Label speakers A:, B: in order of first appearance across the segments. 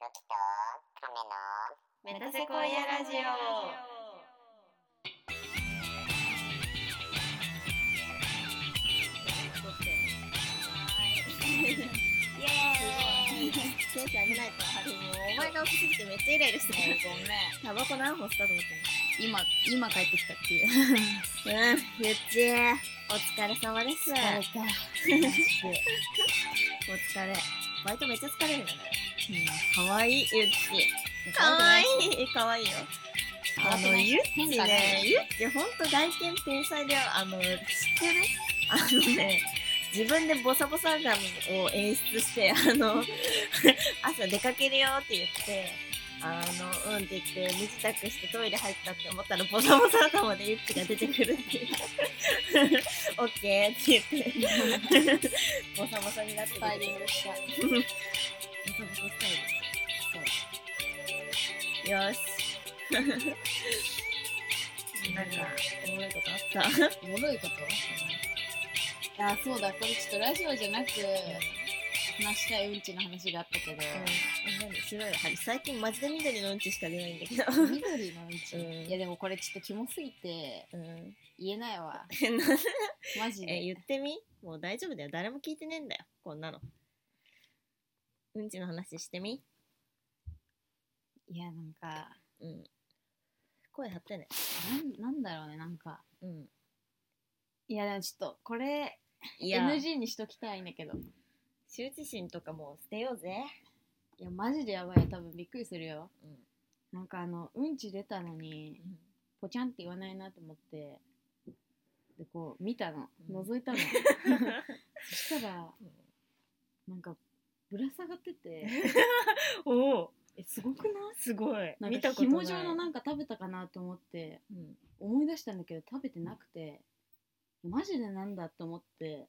A: マキとカメの
B: メタセコイアラジオ。
A: イエーイ
B: テンション上げないと、もうお前が大きすぎてめっちゃイライラしてたよ。
C: ごめん。
B: タバコ何本吸ったと思っ
C: 今、今帰ってきたっていう。
B: たの。うん、ゆっちー。お疲れ様です。お
C: 疲れ
B: 疲れ。バイトめっちゃ疲れるんだね。
C: かわいい、ゆっち。
B: いい。かわいいよ。あ
C: あ
B: の、
C: の、
B: ゆ
C: ゆ
B: っ
C: っ
B: ち
C: ち
B: ね
C: ね、、
B: ゆっちほんと外見天才だよ。あの、知ってるあのね、自分でボサボサ髪を演出して、あの、 朝出かけるよって言って、あの、うんって言って、身支度してトイレ入ったって思ったら、ボサボサ頭でゆっちが出てくるっていう。 オッケーって言って、ボサボサになって
C: スタイリングした。
B: よし。なんか、おもろいことあった。
C: おもろいことあ、そうだ、これちょっとラジオじゃなく、話したいうんちの話があったけど、
B: うん、何白い針最近マジで緑のうんちしか出ないんだけど
C: 緑のうんち。
B: うん
C: いや、でもこれちょっとキモすぎて、
B: うん
C: 言えないわ。
B: えな
C: マジ
B: え
C: で。
B: 言ってみもう大丈夫だよ誰も聞いてねえんだよこんなのうんちの話してみ
C: いや、なんか、
B: うん声張ってね
C: なんなんだろうね、なんか。
B: うん
C: いや、でもちょっと、これ、
B: いや
C: NG にしときたいんだけど。
B: 羞恥心とかもう捨てようぜ
C: いや、マジでやばいよ。多分びっくりするよ。
B: うん
C: なんかあの、うんち出たのに、ぽちゃんって言わないなと思って、で、こう、見たの。
B: うん
C: 覗 いたの。そしたら、なんか、ぶら下がってて、
B: おお
C: え、すごくない
B: すごい
C: なん
B: 見た
C: か
B: こと
C: 紐
B: ない
C: 状のなんか食べたかなと思って、
B: うん
C: 思い出したんだけど、食べてなくて、マジでなんだと思って、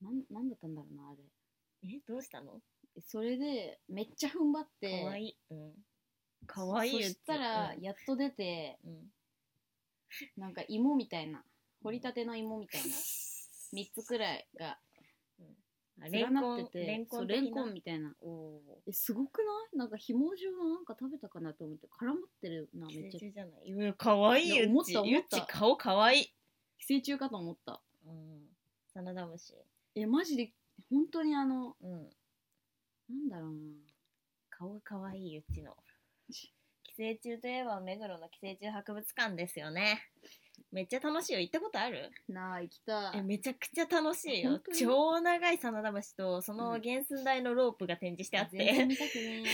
C: なん、なんだったんだろうな、あれ。
B: えどうしたの
C: えそれで、めっちゃ踏ん張って、
B: かわいいうんかわいい
C: そしたら
B: う、ん
C: やっと出て、
B: うん
C: なんか芋みたいな掘りたての芋みたいな3つくらいが
B: あレ
C: 連
B: ン
C: な
B: コ
C: っ
B: ン
C: てて
B: レンコ
C: そう
B: ン
C: レ
B: 的
C: ンコ
B: な
C: ンみたいな
B: おお
C: えすごくないなんか紐状のなんか食べたかなと思って絡まってるなめっち
B: 寄
C: ゃ
B: 生虫じゃない。うん、かわいい
C: いや
B: よ。
C: 思った思った
B: ゆっち顔かわいい。
C: 寄生虫かと思った
B: うん。サナダムシ。
C: えマジで本当にあの
B: うん。
C: なんだろうな
B: 顔がかわいいゆっちの。寄生虫といえば目黒の寄生虫博物館ですよね。めっちゃ楽しいよ。行ったことある
C: なあ行きた
B: え
C: い
B: めちゃくちゃ楽しいよ
C: 本当。に
B: 超長いサナダムシとその
C: うん
B: 原寸大のロープが展示してあって、
C: 全然見たくね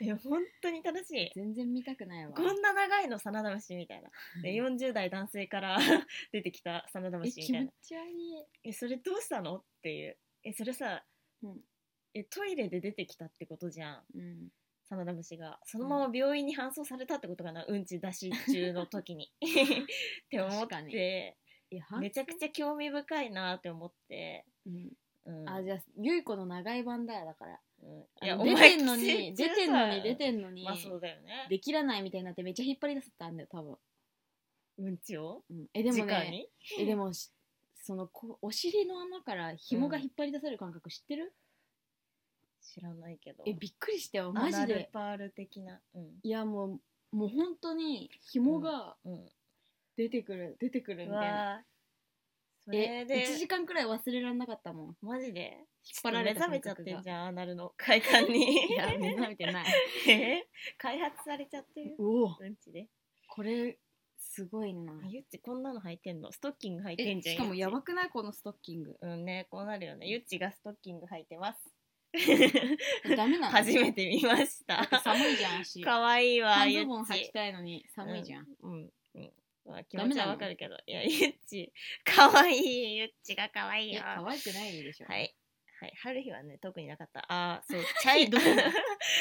B: え本当に楽しい
C: え。全然見たくないわ
B: こんな長いのサナダムシみたいな。で40代男性から 出てきたサナダム
C: え
B: シみ
C: 気
B: たいな
C: 持。ち悪い
B: えそれどうしたのっていうえそれさ、
C: うん
B: えトイレで出てきたってことじゃん
C: うん
B: サナダムシがそのまま病院に搬送されたってことかな、うん、ち出し中の時 にって思っ
C: 確かに
B: て
C: いや
B: めちゃくちゃ興味深いなって思って、
C: うん
B: うん
C: あじゃあゆい子の長い版だよだから
B: うん、
C: い
B: いや
C: や
B: お
C: 出
B: 前
C: てんのに
B: 寄
C: 出
B: 生虫
C: てんの
B: さ
C: に出てんのに、
B: まあそうだよね
C: できらないみたいになってめっちゃ引っ張り出せたんだよ多分、
B: うんちを
C: うん、えでも
B: 直
C: ね
B: に
C: えでもしそのこお尻の穴から紐が引っ張り出される感覚知ってる、
B: 知らないけど
C: えびっくりしたよマ
B: マ
C: ジ
B: ジで
C: で
B: パール的なうん
C: いやもうもう本当に紐が
B: うん
C: 出てくる、出てくる
B: う
C: みたいな
B: わーそ
C: え
B: れで
C: 1時間くらい忘れられなかったもん引っ
B: マジで
C: 張られた
B: 目
C: 感
B: 覚めちゃっ
C: 覚が
B: てんじゃん、アナルの快感に。
C: い や目覚めて ない
B: え開発されちゃってる。
C: おお
B: うんちで。
C: これすごいな
B: あ、ゆっち、こんなの履いてんのストッキング履いてん
C: え
B: じゃん。
C: しかも
B: ゆっ
C: や
B: ち
C: ばくないこのストッキング
B: うんね、こうなるよね。ゆっちがストッキング履いて ます。
C: ダメなの
B: 初めて見ました。
C: 寒いじゃん足
B: かわいいわ、
C: 半
B: ゆ
C: ズ
B: っ
C: ボン履き
B: ち。
C: たいのに寒いじゃん、
B: うん。うん。まあ、気
C: ダ
B: 持
C: メ
B: ち
C: な
B: は
C: の
B: わかるけど。いや、ゆっち、かわいい。ゆっちがかわいい
C: い
B: よ
C: や。可愛くないでしょ、
B: はい。はい、春日はね、特になかった。ああ、そう、チャイ、
C: ひどいな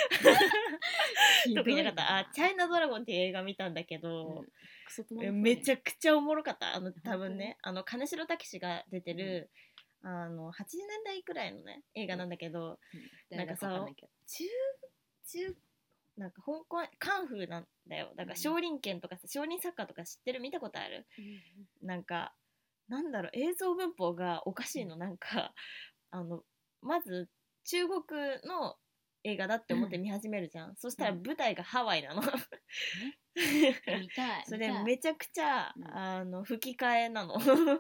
B: 特になかった。あー、チャ
C: イ
B: イナドラゴンっていう映画見たんだけど、
C: クソと
B: えめち
C: ゃ
B: ゃくちゃおもろかったあの多
C: 本当
B: 分
C: に
B: ねあの金城武が出てる、あの80年代くらいのね映画なんだけど、なんかさ中中なんか香港カンフーなんだよだから少林拳とかさ少林サッカーとか知ってる見たことあるなんかなんだろう映像文法がおかしいのなんかあのまず中国の映画だって思って見始めるじゃん、そしたら舞台がハワイなの
C: 見たい。
B: それ
C: 見たい
B: めちゃくちゃ、
C: うん
B: あの吹き替えなの
C: いやもうめっ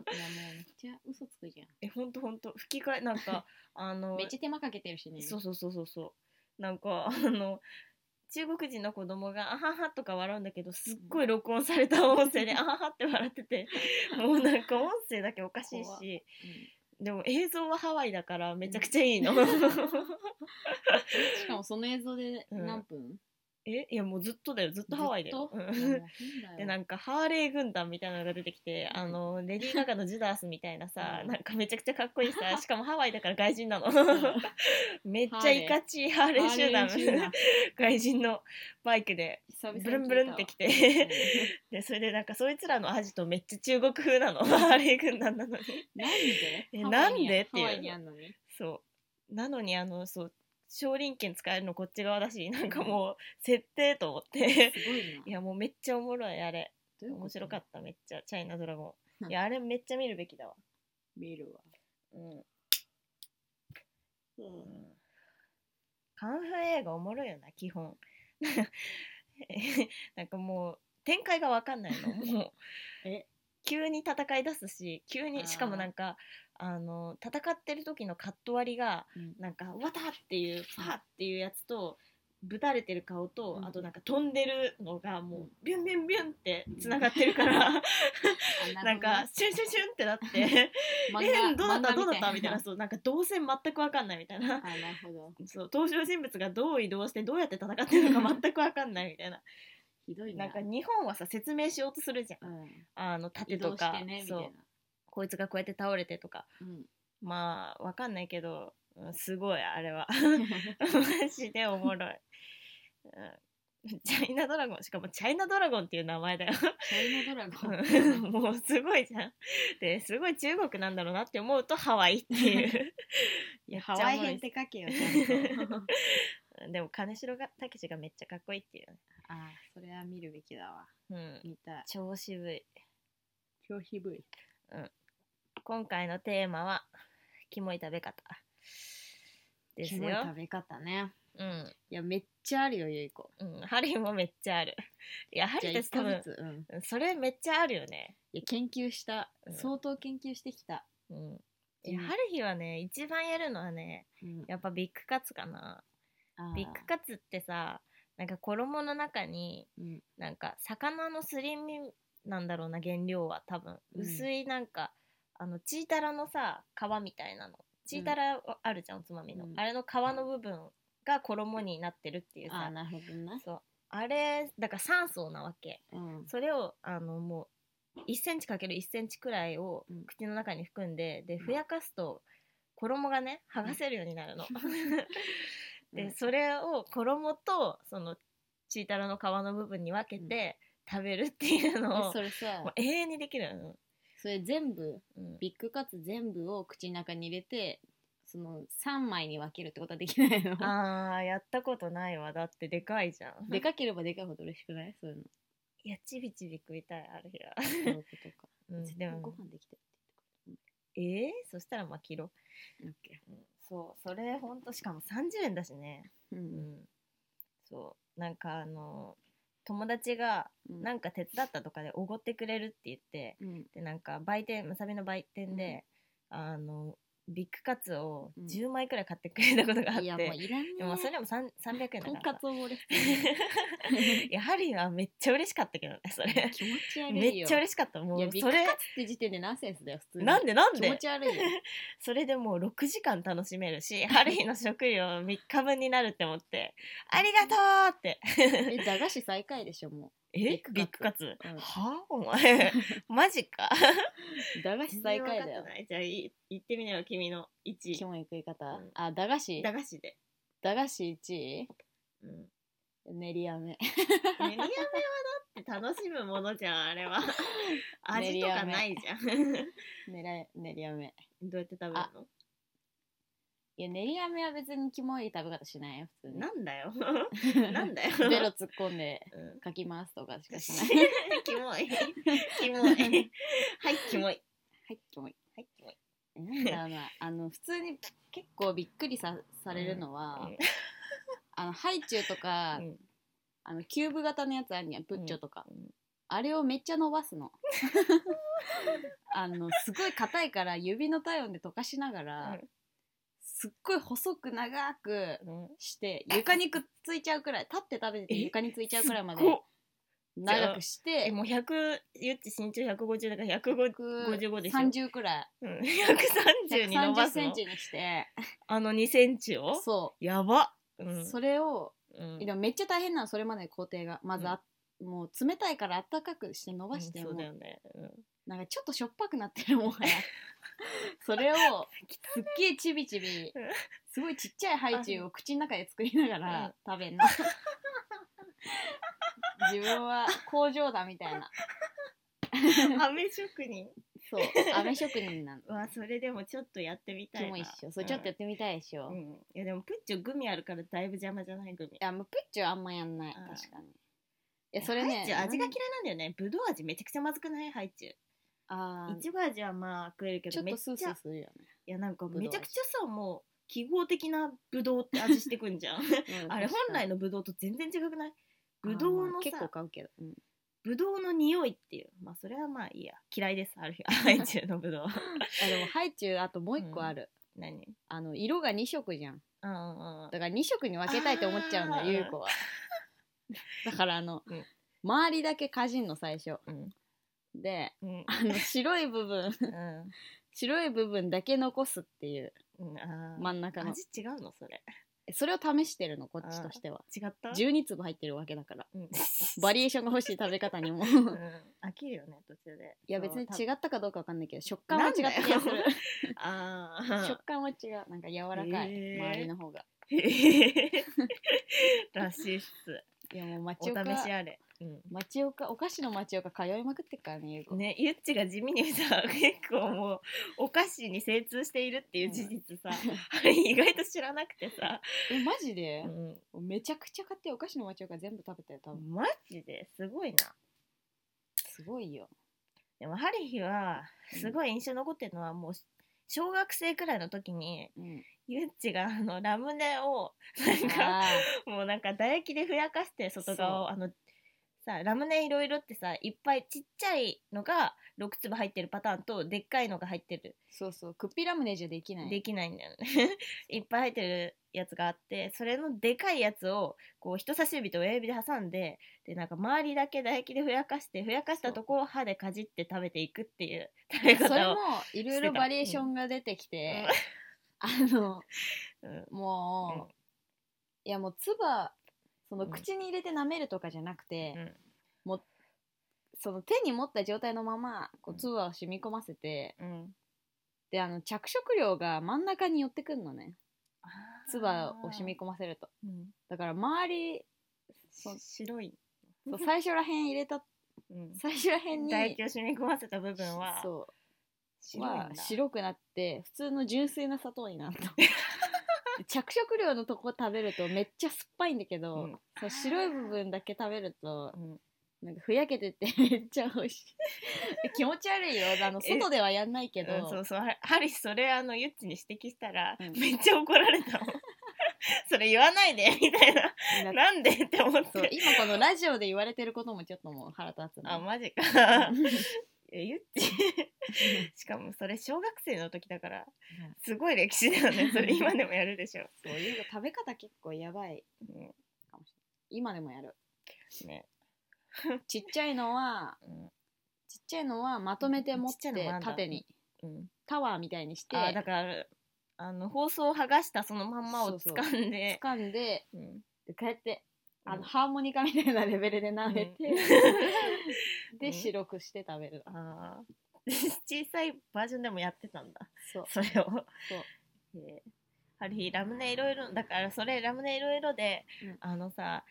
C: ちゃ嘘つくじゃん。
B: えほんとほんと吹き替えなん かあの
C: めっちゃ手間かけてるしね。
B: そうそうそうそうそうなんかあの中国人の子供が「あはは」とか笑うんだけどすっごい録音された音声 で「あはは」って笑っててもうなんか音声だけおかしい
C: 怖
B: し
C: うん
B: でも映像はハワイだからめちゃくちゃいいの
C: しかもその映像で何分
B: えいやもうずっとだよずっとハワイだよ
C: ずっ
B: うん
C: といやもう変だよ
B: でなんかハーレー軍団みたいなのが出てきてあのレディー・ガガのジュダースみたいなさ
C: うん
B: なんかめちゃくちゃかっこいい さしかもハワイだから外人なの めっち
C: ハー
B: ゃ
C: レー
B: いかちいハーレー
C: ハーレ
B: 集団
C: ー集団
B: 外人のバイクで
C: 久々に聞いた
B: ブル
C: わ
B: ンブルンってきてでそれでなんかそいつらのアジトめっちゃ中国風 なのハーレー軍団なのに
C: うんなんで
B: えなんで
C: ハワイに
B: っていう
C: ハワイにあんのに
B: そうなのにあのそう少林拳使えるのこっち側だしなんかもう設定と思って
C: すごいない
B: やもうめっちゃおもろいあれ
C: どういうこと
B: 面白かっためっちゃチャイナドラゴ
C: う
B: ン
C: ん
B: いやあれめっちゃ見るべきだわ
C: 見るわ
B: うん、カンフー映画おもろいよな基本 なんかもう展開がわかんないの もう
C: え
B: 急に戦い出すし急
C: あー
B: にしかもなんかあの戦ってる時のカット割りが
C: うん
B: なんか「わた!」っていう「ファ!」っていうやつとぶたれてる顔と、
C: うん
B: あとなんか飛んでるのが
C: う
B: も
C: ん
B: うビュンビュンビュンってつながってるから、
C: あ
B: なんかシュンシュンシュンってなって。 えーどうだったどうだったみたいなそうなんか動線全く分かんないみたいな
C: あなるほど
B: そう登場人物がどう移動してどうやって戦ってるのか全く分かんないみたいな
C: ひどい
B: な
C: なん
B: か日本はさ説明しようとするじゃん
C: うん
B: あの盾
C: 移
B: と
C: 動
B: か
C: してねみた
B: そ
C: いう
B: こいつがこうやって倒れてとかまあ分かんないけど、うんすごいあれは マジでおもろい、うん、チャイナドラゴンしかもチャイナドラゴンっていう名前だよ
C: なチャイナドラゴン
B: うんもうすごいじゃん。で、すごい中国なんだろうなって思うとハワイっていう。 いや、
C: ハワイ編って書けよち ゃんと
B: でも金城がたけしがめっちゃかっこいいっていうね。
C: あそれは見るべきだわ
B: うん。
C: 見たい
B: 超渋い。
C: 超渋い
B: 今回のテーマは、キモい食べ方。です
C: キモい
B: よ
C: 食。べ方ね
B: うん。
C: いやめっちゃあるよゆいこ
B: うん。ハリーもめっちゃある。いや、ハリ
C: じ
B: ー
C: ゃ
B: た
C: あ
B: ち
C: 一個
B: 多
C: ず
B: 分、
C: つうん
B: それめっちゃあるよね。
C: いや研究した
B: うん
C: 相当研究してきた
B: うん。いや、ハリーはね、一番やるのはね、
C: うん
B: やっぱビッグカツかな。
C: あー
B: ビッグカツってさなんか衣の中に
C: うん
B: なんか魚のすり身なんだろうな原料は多分
C: うん
B: 薄いなんか、あのチータラのさ皮みたいなのチータラあるじゃん、おつまみの、
C: うん
B: あれの皮の部分が衣になってるっていう
C: あー
B: さ
C: なるほどね
B: そうあれだから3層なわけ
C: うん
B: それをあのもう1センチかける1センチくらいを
C: うん
B: 口の中に含んでで
C: ん
B: ふやかすと衣がね剥がせるようにな るの。
C: う
B: で
C: ん
B: それを衣とそのチータラの皮の部分に分けて食べるっていうの
C: え
B: を、
C: それさ
B: もう永遠にできるよ、
C: それ全部
B: うん、
C: ビッグカツ全部を口の中に入れてその3枚に分けるってことはできないの
B: あーやったことないわだってでかいじゃん
C: でかければでかいほど嬉しくないそういう の
B: いやちびちび食いたいある日は、
C: そういうことか
B: うん、
C: 絶
B: で
C: 対ご
B: も
C: 飯できて
B: えー、そしたらまあ切ろ
C: るって言って
B: う、うんそうそれほんとしかも30円だしね
C: たう
B: うんんそうなんかあの友達が
C: うん
B: なんか手伝ったとかでおごってくれるって言って
C: うん
B: でなんか売店むさびの売店で、あのビッグカツを
C: うん
B: 10枚くらい買ってくれたことがあって、
C: いやもういらんね
B: でもそれでも3 300円だ
C: と
B: か
C: ん
B: ら
C: か
B: さ
C: つおごれ
B: やはりはめっちゃ嬉しかったけどねそれ
C: 気持ち悪いよ
B: めっちゃ嬉しかったも
C: いうやビッ
B: そ
C: グ
B: れ
C: カツって時点でナンセンスだよ普通に
B: なんでなん
C: 気持
B: で
C: ち悪いよ
B: それでもう6時間楽しめる しハリーの食料3日分になるって思って「ありがとう!」って
C: え駄菓子最下位でしょも
B: えビ
C: ビ
B: ッ
C: ッ
B: グ
C: グ
B: カ
C: カ
B: ツ、
C: うん
B: はお 前マジか
C: う駄菓子最下位だよ
B: じゃあい行ってみなよ君の1
C: キモい食い方、
B: うん
C: あ駄菓子
B: 駄菓子で、
C: 駄菓子1位
B: うん、
C: 練り飴
B: 練り飴はだって楽しむものじゃんあれ は味とかないじゃん
C: 練ら練り飴
B: どうやって食べる
C: あいや練り飴は別にキモい食べ方しないよ普通
B: の
C: に
B: なんだ よなんだよ
C: ベ ロ突っ込んで
B: うん
C: 書きますとかしかし ない。
B: キモいキモいはいキモい
C: はい、キモい。
B: はいキモい
C: えなんだろうな、あの普通に結構びっくりさされるのは、
B: うん
C: あのハイチュウとか、
B: うん
C: あのキューブ型のやつあるんやんプッチョとか、
B: うん
C: あれをめっちゃ伸ばすの あのすごい硬いから指の体温で溶かしながら、
B: うん
C: すっごい細く長く
B: うん
C: して床にくっついちゃうくらい立って食べてて
B: え
C: 床についちゃうくらいまで
B: こう
C: 長くして
B: えもう100ゆっち身長150だから150 55でしょ
C: 30くらい
B: うん130に伸ばす
C: 130セン
B: の
C: チにして
B: あの2センチを
C: そ
B: やば、う
C: う、
B: ん
C: それを
B: うん
C: でもめっちゃ大変なのそれまでの工程がまずあ、もう冷たいからあったかくして伸ばして、
B: うん
C: も
B: そううだよね、うん
C: なんかちょっとしょっぱくなって るもはやそれをすっげえちびちび
B: うん
C: すごいちっちゃいハイチュウを口の中で作りなが
B: う
C: ら
B: ん
C: 食べんの自分は工場だみたいな
B: 飴職人
C: そう飴職人なの
B: はそれでもちょっとやってみたい
C: キ
B: な
C: モいっしょそうちょっとやってみたいでしょ、
B: うん
C: い
B: うんいやでもプッチョグミあるからだいぶ邪魔じゃないグミ
C: やもうプッチョはあんまやんない
B: うん
C: 確かにいやそれね
B: ハイチュウ味が嫌
C: ないん
B: なんだよねぶどう味めちゃくちゃまずくないハイチ
C: あ
B: ュウい
C: ー
B: ちご味はまあ食えるけ
C: ちょ
B: どめ
C: っ
B: っ
C: と
B: ち
C: ス
B: ゃ
C: ースーするよ
B: いやなんか
C: ぶどう味
B: めちゃくちゃさもう記号的なぶどうって味してくんじゃん
C: ね、うん
B: あれ本来
C: 確
B: のぶどうと全然違くない
C: かに
B: ぶどう
C: あー
B: の
C: 結構
B: さ
C: 買うけど、うん
B: ぶどうの匂いっていうまあそれはまあいいや嫌い ですある日ハイチュウ のぶどう
C: あでもハイチュウあともう一個ある、
B: 何
C: あの色が2色じゃん
B: うんうんうん
C: だから2色に分けたいと思っちゃうんだ
B: あー
C: ゆう子は だからあの、
B: うん
C: 周りだけかじんの最初
B: うん
C: で
B: うん
C: あの白い部分
B: うん
C: 白い部分だけ残すっていう
B: うんあー
C: 真ん中の
B: 味違うのそれ
C: それを試してるのこっちとしては
B: 違った
C: 12粒入ってるわけだから
B: うん
C: バリエーションが欲しい食べ方 に
B: うん
C: も
B: 飽きるよね途中で
C: いや別に
B: そう
C: 違ったかどうかわかんないけど食感は違った気がす
B: なんだ
C: る
B: よ ああ
C: 食感は違うなんか柔らかい、
B: へー
C: 周りの方が
B: らしいっす。
C: いやもう
B: お
C: 町岡
B: 試しあれ。う
C: 町岡お菓子の町岡通いまくってっからねゆう子
B: ん、ね、ゆっちが地味にさ、 結構もう、お菓子に精通しているっていう事実 さ、あれ意外と知らなくてさ、
C: えマジで、
B: うん、
C: めちゃくちゃ買ってお菓子の町岡全部食べたよ多分
B: マジですごいな。
C: すごいよ
B: でも、ハリヒは、すごい印象残ってるのは、もう、小学生くらいの時に、
C: うん
B: ゆっちがあの、ラムネを、なんか、
C: あ
B: もうなんか唾液でふやかして外側をあのさラムネいろいろってさいっぱいちっちゃいのが6粒入ってるパターンとでっかいのが入ってる、
C: そうそうクッピーラムネじゃできない
B: できないんだよね いっぱい入ってるやつがあってそれのでかいやつをこう人差し指と親指で挟んででなんか周りだけ唾液でふやかしてふやかしたとこを歯でかじって食べていくっていう食べ
C: それ
B: 方
C: も
B: を、
C: いろいろバリエーションが出てきて、 あの
B: うん
C: もう、
B: うん
C: いやもう唾その
B: うん
C: 口に入れて舐めるとかじゃなくて、
B: うん
C: もうその手に持った状態のままこ
B: う
C: うん唾を染み込ませて、
B: うん、
C: であの着色料が真ん中に寄ってくんのね唾を染み
B: 込
C: 込ませると
B: む、
C: だから周り
B: うん、白い、
C: そう最初らへん入れた
B: うん、
C: 最初らへんに
B: 唾液を染み込ませた部分は
C: そう
B: 白いんだ
C: は白くなって普通の純粋な砂糖になると 着色料のとこ食べるとめっちゃ酸っぱいんだけど、
B: うん
C: そう白い部分だけ食べると
B: うん
C: なんかふやけててめっちゃ美味しい 気持ち悪いよあの
B: え
C: 外ではやんないけど、
B: うんそうそうはハリスそれあのユッチに指摘したら、
C: うん
B: めっちゃ怒られたのそれ言わないでみたいな
C: なんか
B: なんでって思っ
C: そう
B: て
C: 今このラジオで言われてることもちょっともう腹立つ
B: あ
C: な、
B: マジか えユッチしかもそれ小学生の時だからすごい歴史だよねそれ今でもやるでしょ、
C: そういうの食べ方結構やばい
B: うん
C: 今でもやる
B: ね
C: ちっちゃいのはちっちゃいのはまとめて持っ
B: ちっちゃいのもあん
C: て
B: だ
C: 縦に
B: うん、
C: タワーみたいにして
B: あだからあの包装を剥がしたそのまんまを
C: そうそう
B: 掴んで
C: 掴んで
B: うん
C: でこうやってあの、
B: うん
C: ハーモニカみたいなレベルで舐めて、
B: う
C: で
B: ん
C: 白くして食べる、
B: あー小さいバージョンでもやってたんだ
C: そう
B: それをそう、えー、ある日ラムネいろいろだからそれラムネいろいろで、
C: うん
B: あのさ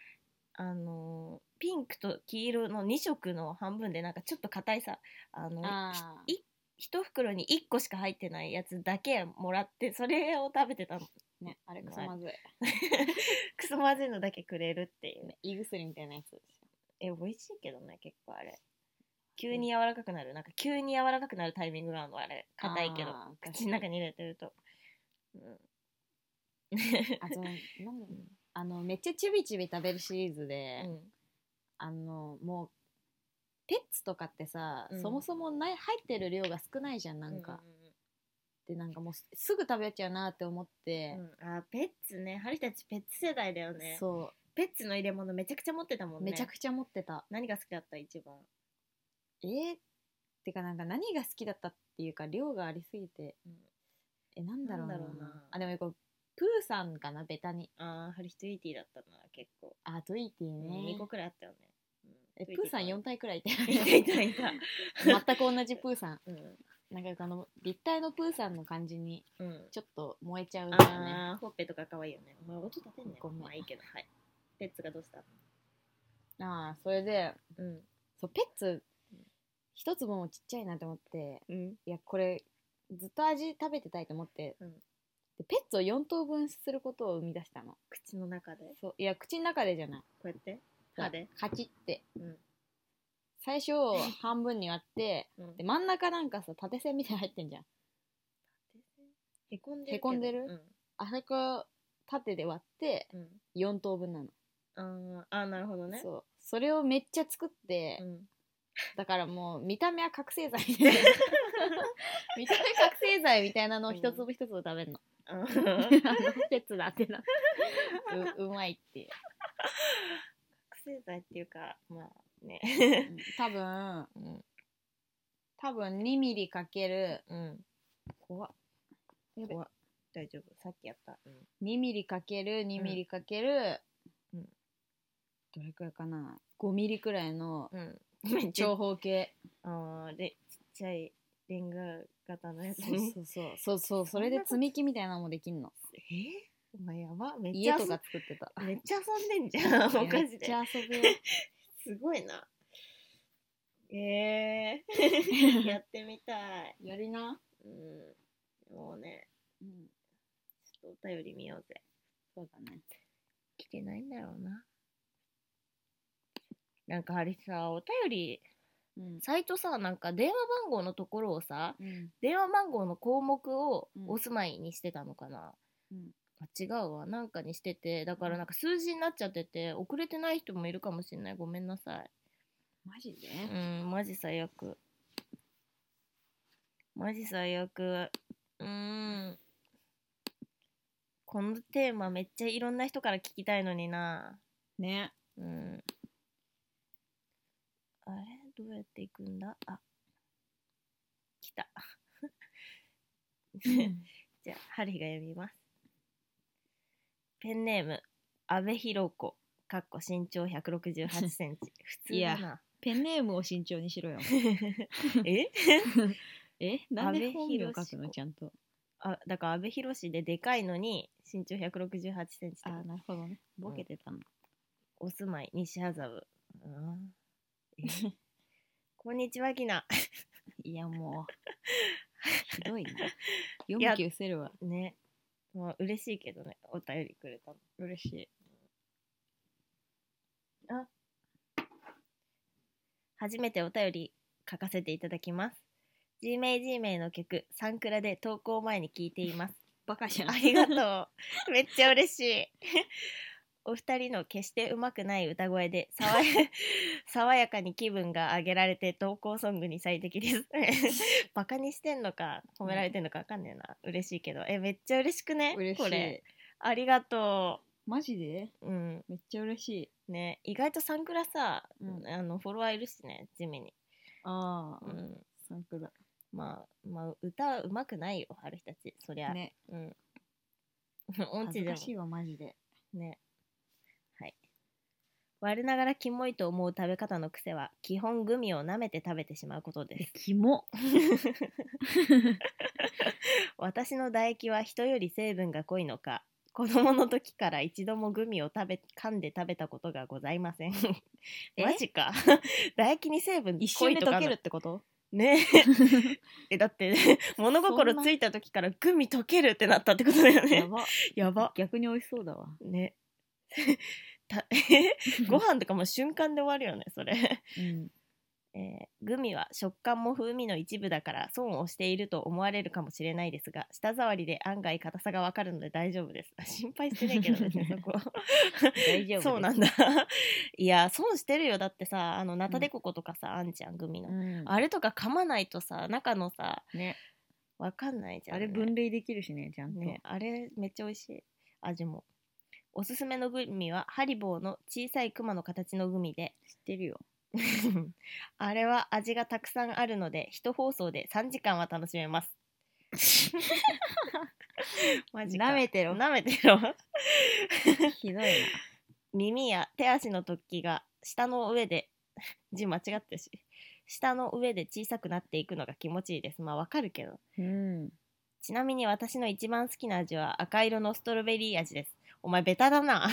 B: あのーピンクと黄色の2色の半分でなんかちょっと硬いさあの
C: あー
B: い一袋に1個しか入ってないやつだけもらってそれを食べてたの
C: ねあれくそまずい、
B: クソまずいのだけくれるっていう
C: ね、胃薬みたいなやつですよ
B: え美味しいけどね結構あれ急に柔らかくなるなんか急に柔らかくなるタイミングがあるのあれ硬いけど
C: あー
B: 口の中に入れてると、うん、
C: あとなんだろうあのめっちゃちびちび食べるシリーズで、
B: うん
C: あのもうペッツとかってさ、
B: うん
C: そもそもない入ってる量が少ないじゃんなんか、でなんかもうすすぐ食べちゃうなって思っ
B: う
C: て、
B: んうん、あペッツねハリたちペッツ世代だよね
C: そ
B: ペッツの入れ物めちゃくちゃ持ってたも
C: うん
B: ね
C: めちゃくちゃ持ってた、
B: 何が好きだった一番、
C: えー、てかなんか何が好きだったっていうか量がありすぎて、
B: うん
C: えなんだろうな
B: なんだろうな
C: あでもこうプーさんかなベタに
B: ああハリトゥイーティーだったな結構、
C: あトゥイティ
B: う
C: ね
B: 2個くらいあったよね、うん
C: えプーさん
B: トゥイ
C: 4体くらいいて
B: ティーかいたいたい
C: 全く同じプーさん
B: た、うん
C: なんかあの立体のプーさんの感じに
B: うん、
C: ちょっと燃えちゃうんだよね
B: ああーほっぺとか可愛いよねお前音立てんね
C: ごめん
B: まあいいけどはいペッツがどうした
C: ああそれで
B: うん
C: そうペッツ一粒もちっちゃいなと思って
B: うん
C: いやこれずっと味食べてたいと思って、
B: うん
C: でペッツを4等分することを生み出したの
B: 口の中で
C: そういや口の中でじゃない
B: こうやって歯で
C: カチって
B: うん
C: 最初半分に割って
B: うん
C: で真ん中なんかさ縦線みたいに入ってんじゃん
B: へこんでるけど
C: へこんでるあそこ縦で割って
B: うん、
C: 4等分なの、
B: うん、あーあーなるほどね
C: そうそれをめっちゃ作って、
B: うん
C: だからもう見た目は覚醒 剤みたいな見た目覚醒剤みたいなのを一粒一粒食べるの、
B: あ
C: あ
B: ー
C: のペッツだってな ううまいって、
B: 覚醒剤っていうかまあね
C: うん多分多分2ミリかける
B: うん
C: 怖っ
B: 怖大丈夫さっきやったうん
C: 2ミリかける2ミリかける、
B: うん
C: どれくらいかな5ミリくらいの
B: うん
C: 長方形
B: ああでちっちゃいレンガ型のやつ
C: そう
B: ね
C: そうそうそうそうそれで積み木みたいなのもできんの
B: えーお前やばめっち
C: 家
B: ゃ
C: と
B: 遊
C: か
B: ん
C: 作って た
B: めっちゃ遊んでんじゃ んお
C: め
B: 菓子
C: っ
B: で
C: ちゃ遊ぶよ
B: すごいなえ ー、やってみたい
C: やりな、
B: うんもうね
C: うん、
B: ちょっとお便り見ようぜ
C: そうだね
B: 来てないんだろうななんかあれさお便り
C: うん
B: サイトさなんか電話番号のところをさ
C: うん
B: 電話番号の項目を
C: うん
B: お住まいにしてたのかな、
C: うん
B: あ違うわなんかにしててだからなんか数字になっちゃってて遅れてない人もいるかもしれないごめんなさい
C: マジで
B: うんマジ最悪マジ最悪うーんこのテーマめっちゃいろんな人から聞きたいのにな
C: ね
B: うんあれどうやって行くんだあ来たじゃあ、ハリーが読みます。ペンネーム、阿部寛子、かっこ身長168センチ。普通だな。
C: ペンネームを慎重にしろよ
B: え
C: えなん
B: 安倍
C: で本名書く
B: 博
C: の
B: 子
C: ちゃんと
B: あだから、阿部寛ででかいのに、身長168センチってこと。
C: なるほどねボケてたの、
B: お住まい、西麻布。うんえ こんにちは、きな。
C: いやもう ひど いな
B: や
C: 読む気失せるわ
B: ね。まあ、嬉しいけどね、お便りくれたの。
C: 嬉しい
B: 初めてお便り書かせていただきます。g m a y g m a y の曲、サンクラで投稿前に聞いています。
C: バカじゃん
B: ありがとう。めっちゃ嬉しい。お二人の決してうまくない歌声で爽や爽やかに気分が上げられて投稿ソングに最適 です。バカにしてんのか褒められてんのかわかんねえな。嬉しいけど。え、めっちゃ嬉しくね
C: 嬉
B: こ
C: し
B: れ。
C: い
B: ありがと
C: マジで
B: う。うん。
C: めっちゃ嬉しい
B: ね意外とサンクラさ、
C: うん
B: あのフォロワーいるしね、地味に。
C: ああ、
B: うん。
C: サンクラ
B: まあ、まあ、歌うまくないよ、ある人たち。そりゃ。
C: ね
B: うん。 音
C: 恥
B: 痴
C: ず
B: でも
C: か。しいわマジで
B: ねはい我ながらキモいと思う食べ方の癖は基本グミを舐めて食べてしまうことです
C: キモ
B: 私の唾液は人より成分が濃いのか子供の時から一度もグミを食べ噛んで食べたことがございません
C: え
B: マジか 唾液に成分
C: 一
B: 濃
C: 瞬
B: い
C: で
B: とか
C: 溶
B: の
C: けるってこと
B: ねえだ って物心
C: そんな
B: ついた時からグミ溶けるってなったってことだよ
C: や
B: ね
C: ば
B: やば
C: 逆に美味しそうだわ
B: ね たご飯とかもう瞬間で終わるよねそれ
C: うん
B: えーグミは食感も風味の一部だから損をしていると思われるかもしれないですが舌触りで案外硬さがわかるので大丈夫です 心配してないけど別にそ こ
C: 大丈夫です
B: そうなんだ いや損してるよだってさあのナタデココとかさ、あんちゃんグミの、
C: うん
B: あれとか噛まないとさ中のさ
C: ね
B: わかんないじゃん
C: あれ分類できるしねちゃんと、
B: ねあれめっちゃ美味しい味もおすすめのグミはハリボーの小さいクマの形のグミで
C: 知ってるよ
B: あれは味がたくさんあるので一放送で3時間は楽しめます マジか
C: 舐めてろ
B: 舐めてろ
C: ひどいな
B: 耳や手足の突起が舌の上で 字間違ってるし舌の上で小さくなっていくのが気持ちいいですまあわかるけど
C: うん
B: ちなみに私の一番好きな味は赤色のストロベリー味です。お前ベタだな。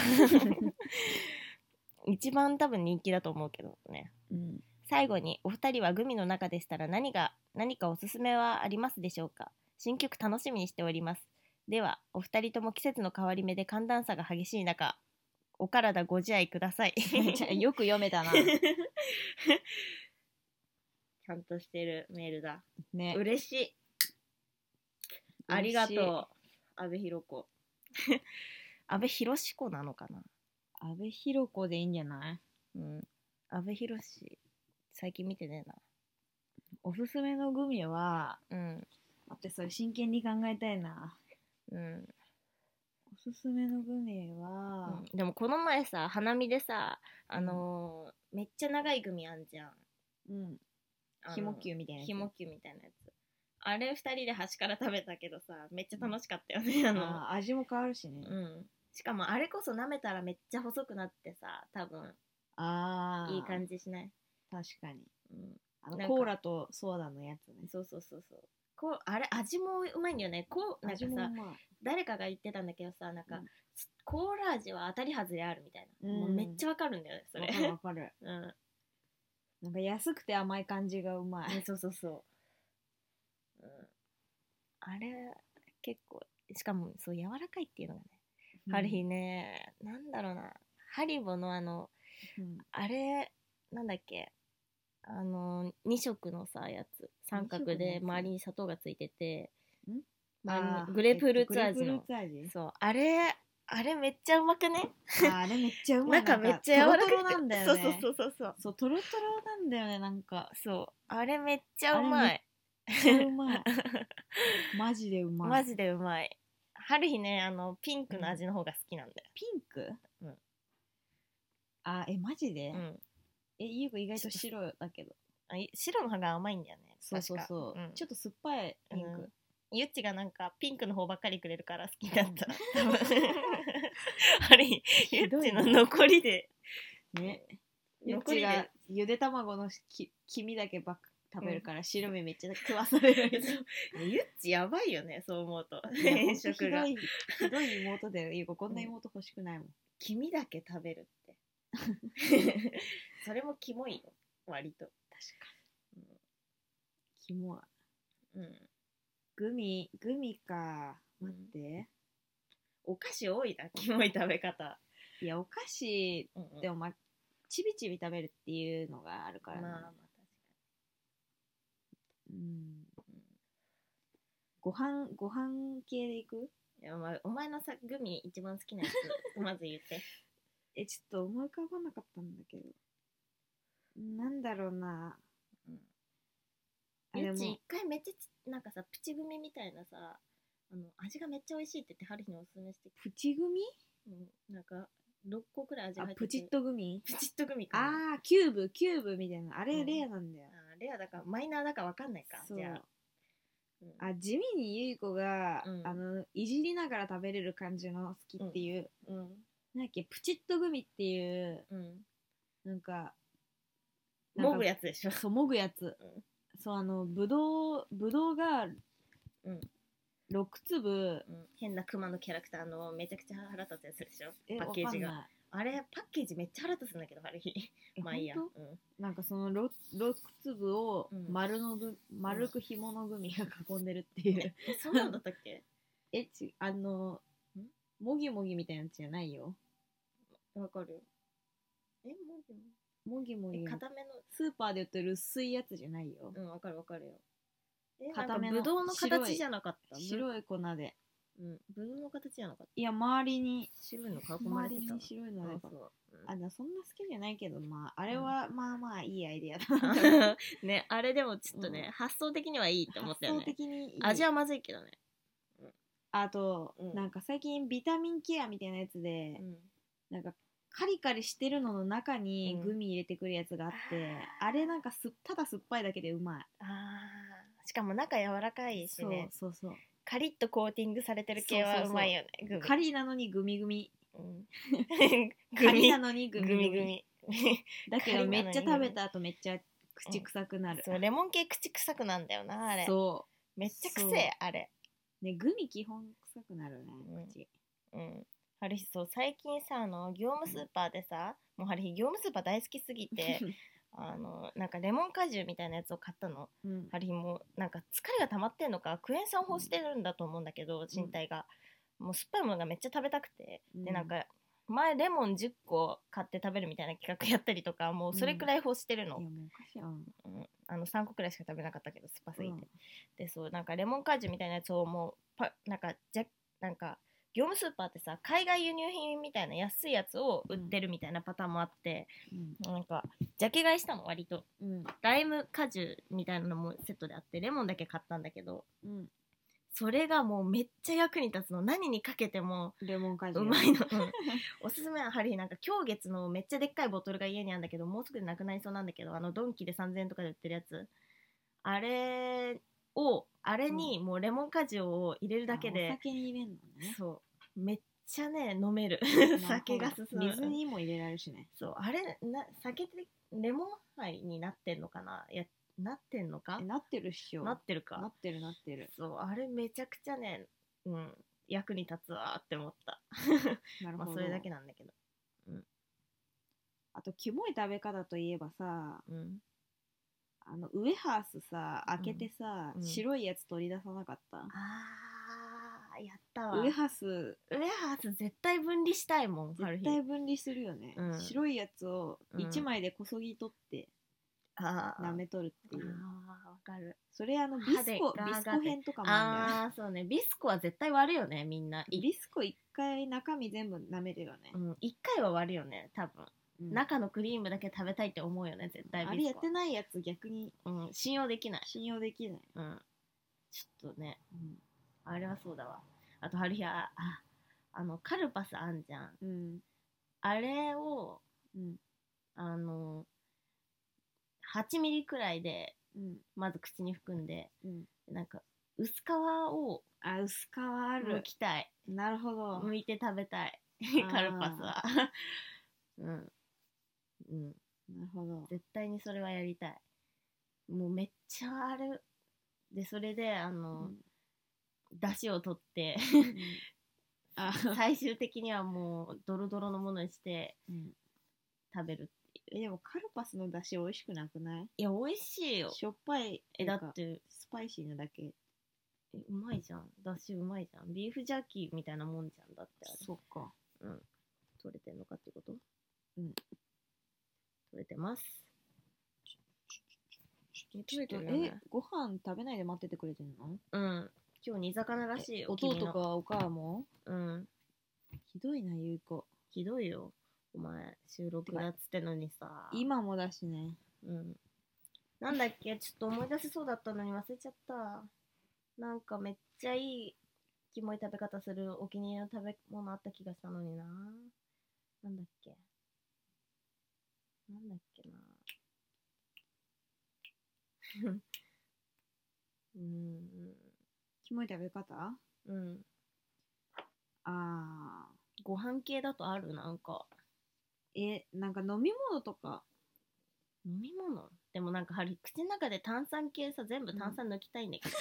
B: 一番多分人気だと思うけどね。
C: うん
B: 最後にお二人はグミの中でしたら何が何かおすすめはありますでしょうか新曲楽しみにしております。ではお二人とも季節の変わり目で寒暖差が激しい中お体ご自愛ください。
C: ちゃよく読めた な
B: ちゃんとしてるメールだ。
C: ね
B: 嬉しい。ありがとう、安倍博子。 安倍博子なのかな
C: う安倍寛子でいいんじゃない
B: うん。安倍博士、最近見てねえ
C: おすすめのグミは
B: な。うん。
C: 待ってそれ真剣に考えたいな
B: うん。
C: おすすめのグミは、
B: でもこの前さ、花見でさ、あのーめっちゃ長い組あんじゃん。
C: うん、
B: あの
C: ひもきゅうみたいなやつ
B: ひもきゅうみたいなやつ。あれ二人で端から食べたけどさ、めっちゃ楽しかったよね。あの、
C: あー味も変わるしね、
B: うん。しかもあれこそ舐めたらめっちゃ細くなってさ、多分
C: ああ
B: いい感じしない。
C: 確かに
B: うん。
C: あの
B: なんか
C: コーラとソーダのやつね
B: そうそうそうそう。こうあれ味もうまいんだよね。こうなんか
C: 味
B: さ
C: もうまい
B: 誰かが言ってたんだけどさなんか、
C: うん
B: コーラ味は当たり外れあるみたいな、
C: うん
B: もうめっちゃわかるんだよねそ
C: わ
B: れ
C: かるわかる
B: うん
C: なんか安くて甘い感じがうまい
B: ねそうそうそう、うん、あれ結構しかもそう柔らかいっていうのがね、ある日ねなんだろうなハリボのあの
C: うん
B: あれなんだっけあの2色のさやつ三角
C: 二色の
B: で
C: やつ
B: 周りに砂糖がついてて
C: ん
B: 周
C: あ
B: り
C: ー
B: にグレープフルーツ味
C: グレー
B: の
C: プフルーツ
B: そうあれあれめっちゃうまくね
C: 味あーあれめっちゃうまい
B: 中めっちゃ柔らかくて
C: トロトロなんだよね
B: そうそうそうそう
C: そうトロトロなんだよねなん か
B: そうそうあれめっちゃうまい
C: めっちゃうまいマジでうまい
B: マジでうまい春日ねあのピンクの味の方が好きなんだよ、
C: ピンク、
B: うん
C: あえマジで、
B: うん
C: えゆうこ意外と白だけど
B: あい白の葉が甘いんだよね
C: そうそうそう、
B: 確かん
C: ちょっと酸っぱいピンク、
B: うんゆっちがなんかピンクの方ばっかりくれるから好きだった多分 春日ゆっ
C: どい
B: ち
C: な
B: の残りで
C: ねゆっ
B: 残りで
C: ちがゆで卵のき黄身だけばっか食べるから、白身めっちゃ食わされる
B: ゆっちやばいよねそう思うと
C: いやほんと
B: 変色が
C: ひどいひどい妹だよゆうここんな妹欲しくないもん、
B: 君だけ食べる ってそれもキモいよ割と
C: 確かに、キモい
B: うん
C: グミグミか待って、
B: お菓子多いなキモい食べ方、
C: いやお菓子
B: うんうん
C: でもまあちびちび食べるっていうのがあるか
B: ま
C: ら
B: あ
C: ね、
B: まあ
C: うんご飯ご飯系でいく
B: いやまあお前のさグミ一番好きなやつまず言って
C: えちょっと思い浮かばなかったんだけどなんだろうな、
B: うん
C: あ
B: ゆ
C: で
B: っち
C: も
B: 一回めっちゃちなんかさプチグミみたいなさあの味がめっちゃ美味しいって言って春日におすすめしてき
C: プチグミ
B: うん、なんか6個くらい味が
C: あ
B: 入って
C: プチッとグミ
B: プチッとグミかな
C: あーキューブキューブみたいなあ
B: う
C: れ
B: ん
C: レアなんだよ、
B: あレアだからマイナーだから分かんないか
C: そう
B: じゃあ、うん
C: あ地味にゆい子が、
B: うん
C: あのいじりながら食べれる感じの好きっていう、
B: うん
C: なんだっけプチッとグミっていう
B: うん
C: なんか
B: もぐ
C: や
B: やつでしょ
C: そうもぐやつ、
B: うん
C: そうあのぶどうぶどうが
B: うん
C: 6粒
B: うん変なクマのキャラクターのめちゃくちゃ腹立つやつでしょ
C: え
B: パッケージが
C: わかんない
B: あれパッケージめっちゃ腹立つんだけどあれ日
C: え
B: まあいいや、う
C: ほんと
B: ん
C: なんかその 6, 6粒を
B: うん
C: 丸のぐ、丸く紐のグミが囲んでるっていう、
B: えそうなんだったっ け
C: えちあの
B: ん
C: もぎもぎみたいなやつじゃないよ
B: わかるよえもうでも
C: もぎも
B: え
C: ぎ
B: 固めの
C: スーパーで売ってる薄いやつじゃないよ、
B: うんわかるわかるよえなんか
C: 固めの
B: ぶどうの
C: 白
B: 形
C: い
B: じゃなかった
C: 白い粉で
B: うんぶどうの形じゃなかった
C: いや周りに
B: 白いの囲まれ
C: 周
B: て
C: り
B: た
C: に白いの
B: あ
C: で
B: そううん
C: あでもそんな好きじゃないけどまああれはまあまあいいアイディアだ
B: ねあれでもちょっとね、発想的にはいいって思ったよ
C: 発想
B: ね
C: 的にいい
B: 味はまずいけどね、
C: あと、
B: うん
C: なんか最近ビタミンケアみたいなやつで、なんかカリカリしてるのの中に
B: うん
C: グミ入れてくるやつがあって、あれなんかすただ酸っぱいだけでうまい
B: あーしかも中柔らかいし
C: そう
B: ね
C: そうそう
B: カリッとコーティングされてる系
C: そう
B: は
C: そう
B: う
C: そう
B: まいよねグミ
C: カリなのにグミグミ
B: うん
C: カ
B: グ
C: リ
B: ミ
C: なのにグ
B: グ
C: ミグミ
B: ミグミ
C: だけ
B: カ
C: ど
B: リなの
C: め
B: に
C: っちゃ食べた後めっちゃ口臭くなる、
B: そうレモン系口臭くなんだよなあれ
C: そ
B: めっちゃく
C: そう
B: せえあれ
C: うねグミ基本臭くなるね
B: うん
C: 口、
B: うんある日そう最近さあの業務スーパーでさ、もうある日業務スーパー大好きすぎ てあのなんかレモン果汁みたいなやつを買ったの
C: うん
B: ハリーもなんか疲れが溜まってんのかクエン酸を欲してるんだと思うんだけど人体が、もう酸っぱいものがめっちゃ食べたくて、
C: う
B: で
C: ん
B: なんか前レモン10個買って食べるみたいな企画やったりとかもうそれくらい欲してるの,
C: い
B: うん、
C: やもうおかしいよ、うん
B: あの3個くらいしか食べなかったけど酸っぱすぎて、
C: うん
B: でそうなんかレモン果汁みたいなやつをもうパなんかじゃなんか業務スーパーってさ海外輸入品みたいな安いやつを売ってるみたいなパターンもあって、なんかジャケ買いしたの割と。
C: うん
B: ライム果汁みたいなのもセットであってレモンだけ買ったんだけど
C: うん、
B: それがもうめっちゃ役に立つの何にかけても
C: レモン果汁
B: うまいの、うんおすすめはハリーなんか今日月のめっちゃでっかいボトルが家にあるんだけどもうすぐなくなりそうなんだけどあのドンキで3000円とかで売ってるやつあれをあれにもうレモン果汁を入れる だけ
C: あお
B: で、
C: 酒に入れんのね
B: そうめっちゃね飲める 酒が進む
C: 水にも入れられるしね
B: そうあれな酒ってレモン杯になってんのかないやなってんのか
C: えなってるっしょ
B: なってる
C: な
B: か
C: ってるなってる
B: そうあれめちゃくちゃねうん役に立つわって思った
C: なる
B: ま
C: ほ
B: あ
C: ど、
B: それだけなんだけど
C: あとキモい食べ方といえばさ
B: うん
C: あのウエハースさ開けてさ、
B: うん
C: 白いやつ取り出さなかった、
B: あーやったわ
C: ウ
B: ウ
C: エ
B: エ
C: ハース
B: ハース絶対分離したいもんある
C: 絶
B: 日
C: 対分離するよね、
B: うん
C: 白いやつを
B: うん
C: 1枚でこそぎ取って
B: あー
C: 舐めとるって
B: あ
C: いう、
B: ーわかる
C: それあのビ
B: 歯
C: ス
B: で
C: コ
B: ガー
C: ビ
B: ガーっ
C: ス
B: て
C: コ編とかもあんだよね
B: ああそうねビスコは絶対割るよねみんな、い
C: ビスコ1回中身全部舐めるよね
B: う、ん、1回は割るよね多分、
C: うん
B: 中のクリームだけ食べたいって思うよね絶対
C: あれ
B: ビ
C: や
B: ス
C: っ
B: コ
C: てないやつ逆に
B: は、うん、信用できない、
C: 信用できない、
B: うん、ちょっとね
C: うん
B: あれはそうだわ。あと、春日、あ、ああの、カルパスあんじゃん。
C: うん
B: あれを、
C: うん
B: あの、8ミリくらいで、
C: うん
B: まず口に含んで、
C: うん
B: なんか、薄皮を
C: あ薄皮あ
B: 剥
C: る、
B: きたい。
C: なるほど、
B: 剥いて食べたい
C: あ。ー
B: カルパスは。うん。うん。
C: なるほど
B: 絶対にそれはやりたい。もうめっちゃあれ、で、それで、あ
C: う
B: の
C: ん、
B: 出汁を取って、
C: うんあ
B: 最終的にはもうドロドロのものにして
C: うん
B: 食べる
C: えでもカルパスの出汁美味しくなくない
B: いや美味しいよ
C: しょっぱい
B: えだ
C: なんか
B: って
C: スパイシーなだけ
B: えうまいじゃんだしうまいじゃんビーフジャーキーみたいなもんじゃんだってあれ
C: そうか
B: 取れてんのかってこと
C: う
B: 取
C: ん
B: れてますえ取れ
C: ち
B: て
C: ょっ
B: る
C: と
B: よね
C: えご飯食べないで待っててくれてんの
B: うん今日煮魚らしいよ
C: 弟
B: 君
C: か
B: の
C: お母も
B: うん
C: ひどいなゆい子
B: ひどいよお前収録だっつってのにさ
C: 今もだしね
B: うん。なんだっけちょっと思い出せそうだったのに忘れちゃった。なんかめっちゃいいキモい食べ方するお気に入りの食べ物あった気がしたのにな。なんだっけなんだっけな。 うん。
C: キモい食べ方あ
B: うん。
C: あ
B: ご飯系だとあるなんか。
C: ーえなんか飲み物とか
B: 飲み物でもなんかはり口の中で炭酸系さ全部炭酸抜きたいんだけど、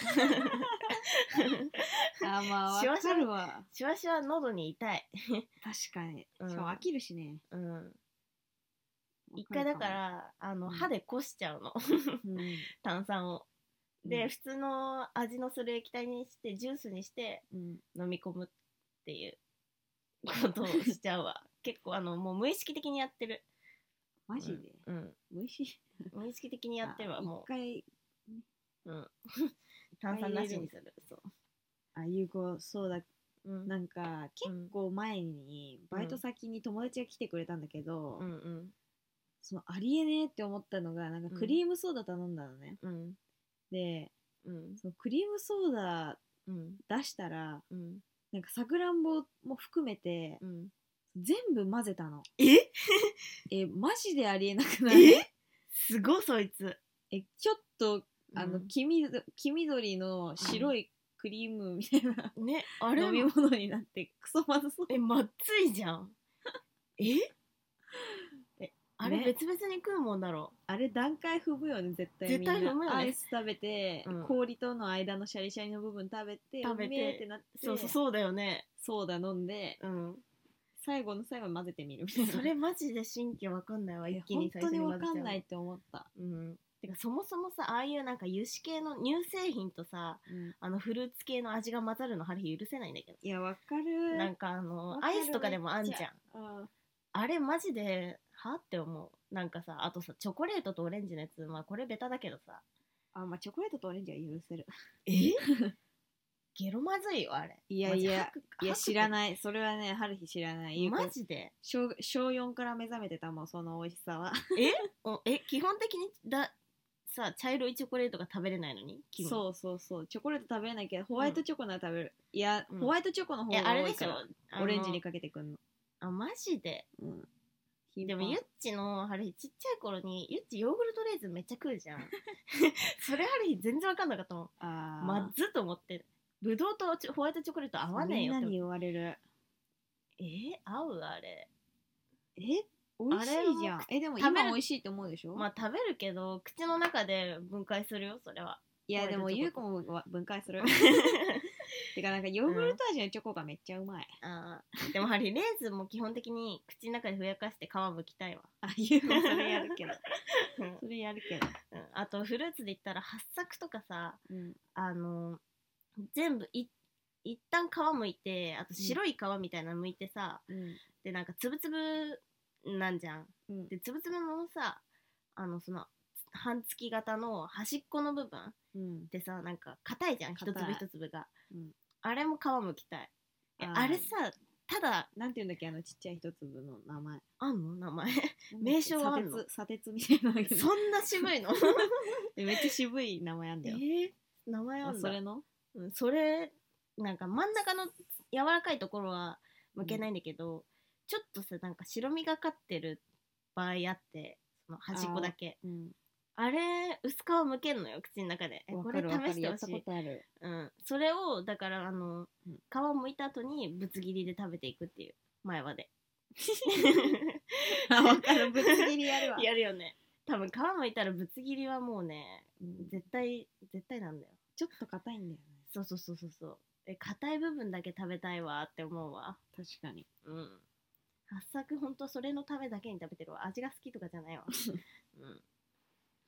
C: あーまあわ
B: しわしわ
C: かるわ
B: シュワシュワ喉に痛い
C: 確かに
B: うん
C: しかも飽きるしね
B: うん
C: わ
B: 一回
C: る
B: だ
C: も
B: からあの、
C: うん
B: 歯でこしちゃうの
C: うん
B: 炭酸をで、
C: うん
B: 普通の味のする液体にしてジュースにして
C: うん
B: 飲み込むって いうことをしちゃうわ結構あのもう無意識的にやってる
C: マジで、
B: うん。
C: 美味しい。
B: 無意識的にやってるわ、
C: あ
B: も
C: 一回、
B: う。 うん。炭酸なしにする。そう。
C: あ、有効そうだ。
B: うん
C: なんか、結構前に、バイト先に友達が来てくれたんだけど、
B: うんうん
C: そのありえねえって思ったのが、なん
B: う
C: か
B: ん
C: クリームソーダ頼んだのね。
B: うん
C: で、
B: うん
C: そのクリームソーダ
B: うん
C: 出したら、
B: うん
C: なんかさくらんぼも含めて、
B: うん。
C: 全部混ぜたの。
B: え
C: え、マジでありえなくない
B: えすごいそいつ。
C: え、ちょっと、あ
B: う
C: の、
B: ん
C: 黄緑黄緑の白いクリームみたいな、
B: ね、あれ
C: 飲み物になって、クソまずそう。
B: え、まっついじゃん。 え え、あれ
C: ね
B: 別々に食うもんだろ
C: あれ段階踏むよね絶対み
B: 絶対
C: んな
B: 踏むよね
C: アイス食べて、
B: うん
C: 氷との間のシャリシャリの部分食べて
B: 食べて
C: うめえってなって
B: そうそうそうだよね。
C: ソーダ飲んで
B: うん。
C: 最後の最後に混ぜてみるみたい な
B: それマジで神経わかん ないわ、
C: え
B: 一気
C: 本
B: に最
C: 当
B: 初
C: に
B: に混
C: 分
B: ぜち
C: か
B: ゃうんの
C: ないって思った、
B: うん。てかそもそもさ、ああいうなんか油脂系の乳製品とさ、あのフルーツ系の味が混ざるの、ハリ許せないんだけど。
C: いや分かる
B: なんかあの
C: わか
B: ア
C: る
B: イスとかでもあんじ
C: めっち
B: ゃん
C: うん
B: あれマジではって思うなんかさあとさチョコレートとオレンジのやつまあこれベタだけどさ
C: あまあチョコレートとオレンジは許せる
B: え ゲロまずいよあれ
C: いやいやいや知ら
B: い
C: ないそれはね春日知らないゆうこ
B: マジで
C: 小小4から目覚めてたもんその美味しさは
B: おえ基本的にださ茶色いチョコレートが食べれないのに
C: そうそうそうチョコレート食べれないけどホワイトチョコなら食べる、いや、
B: うん
C: ホワイトチョコの
B: う
C: 方
B: え
C: が
B: あれ
C: 多
B: で
C: い
B: し
C: か
B: ょ
C: ら
B: あの
C: オレンジにかけてくんの
B: あマジで
C: 頻
B: でも
C: 繁
B: ゆっちのあれちっちゃい頃にゆっちヨーグルトレーズンめっちゃ食うじ ゃんそれある日全然わかんなかったもん
C: あー
B: まずっと思ってぶどうとチョホワイトチョコレート合わねえよっ
C: みん
B: て
C: なに言われる
B: えー、合うあれ
C: え美味しいじゃんえでも
B: 食べ
C: 今
B: る
C: 美味しいと思うでしょ、
B: まあ食べるけど口の中で分解するよそれは
C: いやで
B: ホ
C: も
B: ワイ
C: ゆ
B: トチョ
C: う
B: コ
C: こもわ分解 するてかなんかヨーグルト味のチョコがめっちゃうまい、
B: あー でもやはりレーズンも基本的に口の中でふやかして皮むき たいわ、
C: あゆうこもそれやるけど
B: うん
C: それやるけど、
B: うんあとフルーツで言ったら八作とかさ
C: うん、
B: あの全部い一旦皮むいてあと白い皮みたいなのむいてさ、
C: うん
B: でなんかつぶつぶなんじゃん
C: うん
B: でつぶつぶのさあのその半月型の端っこの部分
C: うん
B: ってさなんか硬いじゃん一
C: 硬い
B: 粒一粒が、
C: うん
B: あれも皮むきたいえ
C: あ
B: あ
C: ー
B: れさただ
C: なんていうんだっけあのちっちゃい一粒の名前
B: あんの名前名称はあんの
C: 砂鉄砂鉄みたいなの
B: そんな渋いの
C: めっちゃ渋い名前あんだ
B: え
C: よ、
B: ー名前あ
C: あ
B: んだ
C: それの
B: うん、それなんか真ん中の柔らかいところはむけないんだけど、ちょっとさなんか白みがかってる場合あってその端っこだけ
C: うん
B: あれ薄皮むけんのよ口の中でえ
C: わ
B: こ
C: か
B: れ
C: るわか
B: 試して
C: るや
B: ほ
C: った
B: し
C: こ
B: い、
C: と ある
B: うん、それをだからあの
C: うん
B: 皮をむいた後にぶつ切りで食べていくっていう前歯 で
C: あわかるぶつ切りやるわ
B: やるよね多分皮むいたらぶつ切りはもうね
C: うん
B: 絶対絶対なんだよ
C: ちょっと硬いんだよね
B: そうそうそうそうそうえ硬い部分だけ食べたいわって思うわ
C: 確かに
B: うん八作ほんとそれのためだけに食べてるわ味が好きとかじゃ ないわ、うん、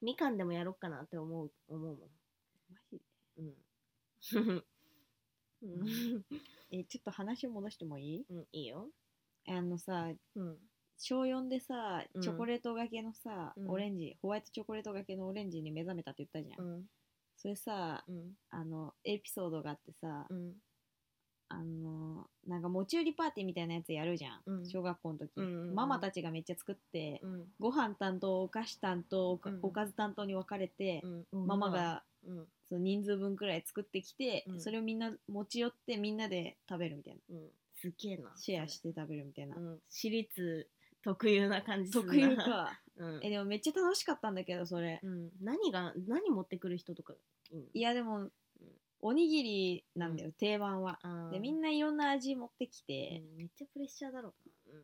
B: みかんでもやろっかなって思う思うも
C: マジ
B: んうん うん、
C: えちょっと話を戻してもいい
B: うん、いいよ
C: あのさ
B: うん
C: 小4でさ
B: うん
C: チョコレートがけのさ、
B: うん
C: オレンジホワイトチョコレートがけのオレンジに目覚めたって言ったじゃ、
B: うんん
C: それさ
B: うん
C: あのエピソードがあってさ、
B: うん
C: あのなんか持ち寄りパーティーみたいなやつやるじゃん、
B: うん
C: 小学校の時、
B: うんうんうん
C: ママたちがめっちゃ作って、
B: うん
C: ご飯担当お菓子担当おか,、
B: うん
C: ず担当に分かれて、
B: うん
C: ママが
B: うん
C: その人数分くらい作ってきて、
B: うん
C: それをみんな持ち寄ってみんなで食べるみたいな
B: うんすげえな
C: シェアして食べるみたいな、
B: うん、私立特有な感じするな
C: 特有、か
B: うん
C: えでもめっちゃ楽しかったんだけどそれ
B: うん、何が何持ってくる人とかいいの
C: いやでもおにぎりなんだよ、定番は
B: あ
C: でみんないろんな味持ってき
B: な
C: て、
B: めっちゃプレッシャーだろう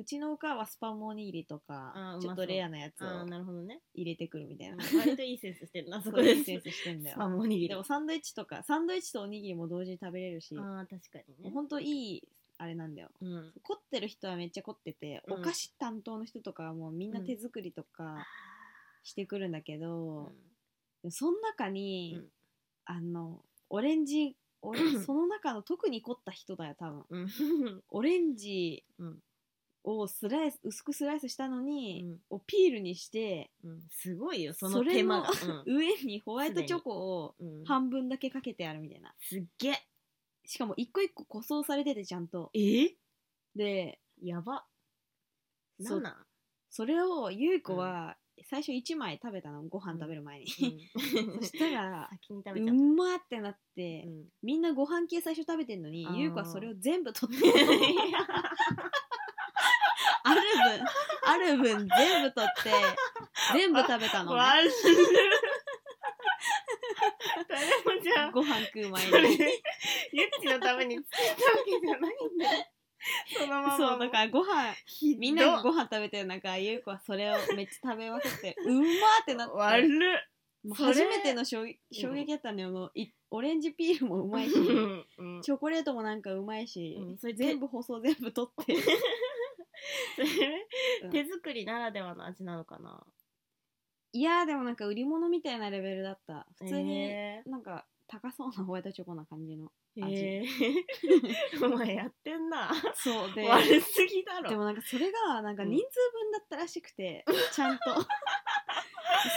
C: うちのお母はスパムおにぎりと
B: あ
C: か
B: ー
C: ちょっとレアなやつ
B: な、うん、あー
C: を
B: なるほどね
C: 入れてくるみたいな、
B: うん割といいセンスしてるな そ
C: そ
B: こ
C: うい
B: で
C: う
B: す
C: センスしてんだ
B: あ
C: よ
B: もうおにぎり
C: でもサンドイッチとかサンドイッチとおにぎりも同時に食べれるし、
B: あー確かに
C: もう
B: ね
C: ほんといいあれなんだよ
B: うん
C: 凝ってる人はめっちゃ凝ってて、
B: うん
C: お菓子担当の人とかはもうみんな手作りとかしてくるんだけ
B: うん
C: ど、その中に、
B: うん
C: あのオレンジ オレ
B: うん
C: その中の特に凝った人だよ多分
B: うん
C: オレンジ
B: うん
C: をスライス薄くスライスしたのに、
B: うん
C: をピールにして
B: うん、 すごいよそ
C: そ
B: の
C: れ
B: 手間が
C: も、上にホワイトチョコを
B: うんうん
C: 半分だけかけてあるみたいな
B: すっげ
C: しかも一個一個個装されててちゃんと
B: ええ
C: で
B: やば
C: そ
B: な
C: うん
B: なん
C: それをゆい子は最初1枚食べたのご飯食べる前に、 そしたら
B: 先 に食
C: う
B: べちゃう、
C: まってなって、
B: うん
C: みんなご飯系最初食べてんのに
B: あー
C: ゆう子はそれを全 部取ってある分ある分全部取って全部食べたの、ね、
B: 悪いそれもじゃあ
C: ご飯食う前
B: それゆっ
C: に
B: ちのために作ったわけじゃないんだよそのまま
C: そう だからご飯
B: ひどっ
C: みんながご飯食べてる中ゆう子はそれをめっちゃ食べまくってうまーってなって
B: 悪っ
C: もう
B: それ
C: 初めての衝撃衝撃だったのよもういオレンジピールもう まいし
B: うん
C: チョコレートもなんかうまいし、
B: うん
C: それ全部包装全部取 って
B: それ
C: うん
B: 手作りならではの味なのかない
C: やーでもなんか売り物みたいなレベルだった普通に
B: え
C: なんか高そうなホワイトチョコな感じの
B: ー
C: 味
B: えー お前やってんな
C: そうで
B: 悪すぎだろ
C: でもなんかそれがなんか
B: うん
C: 人数分だったらしく て、ちゃんとそ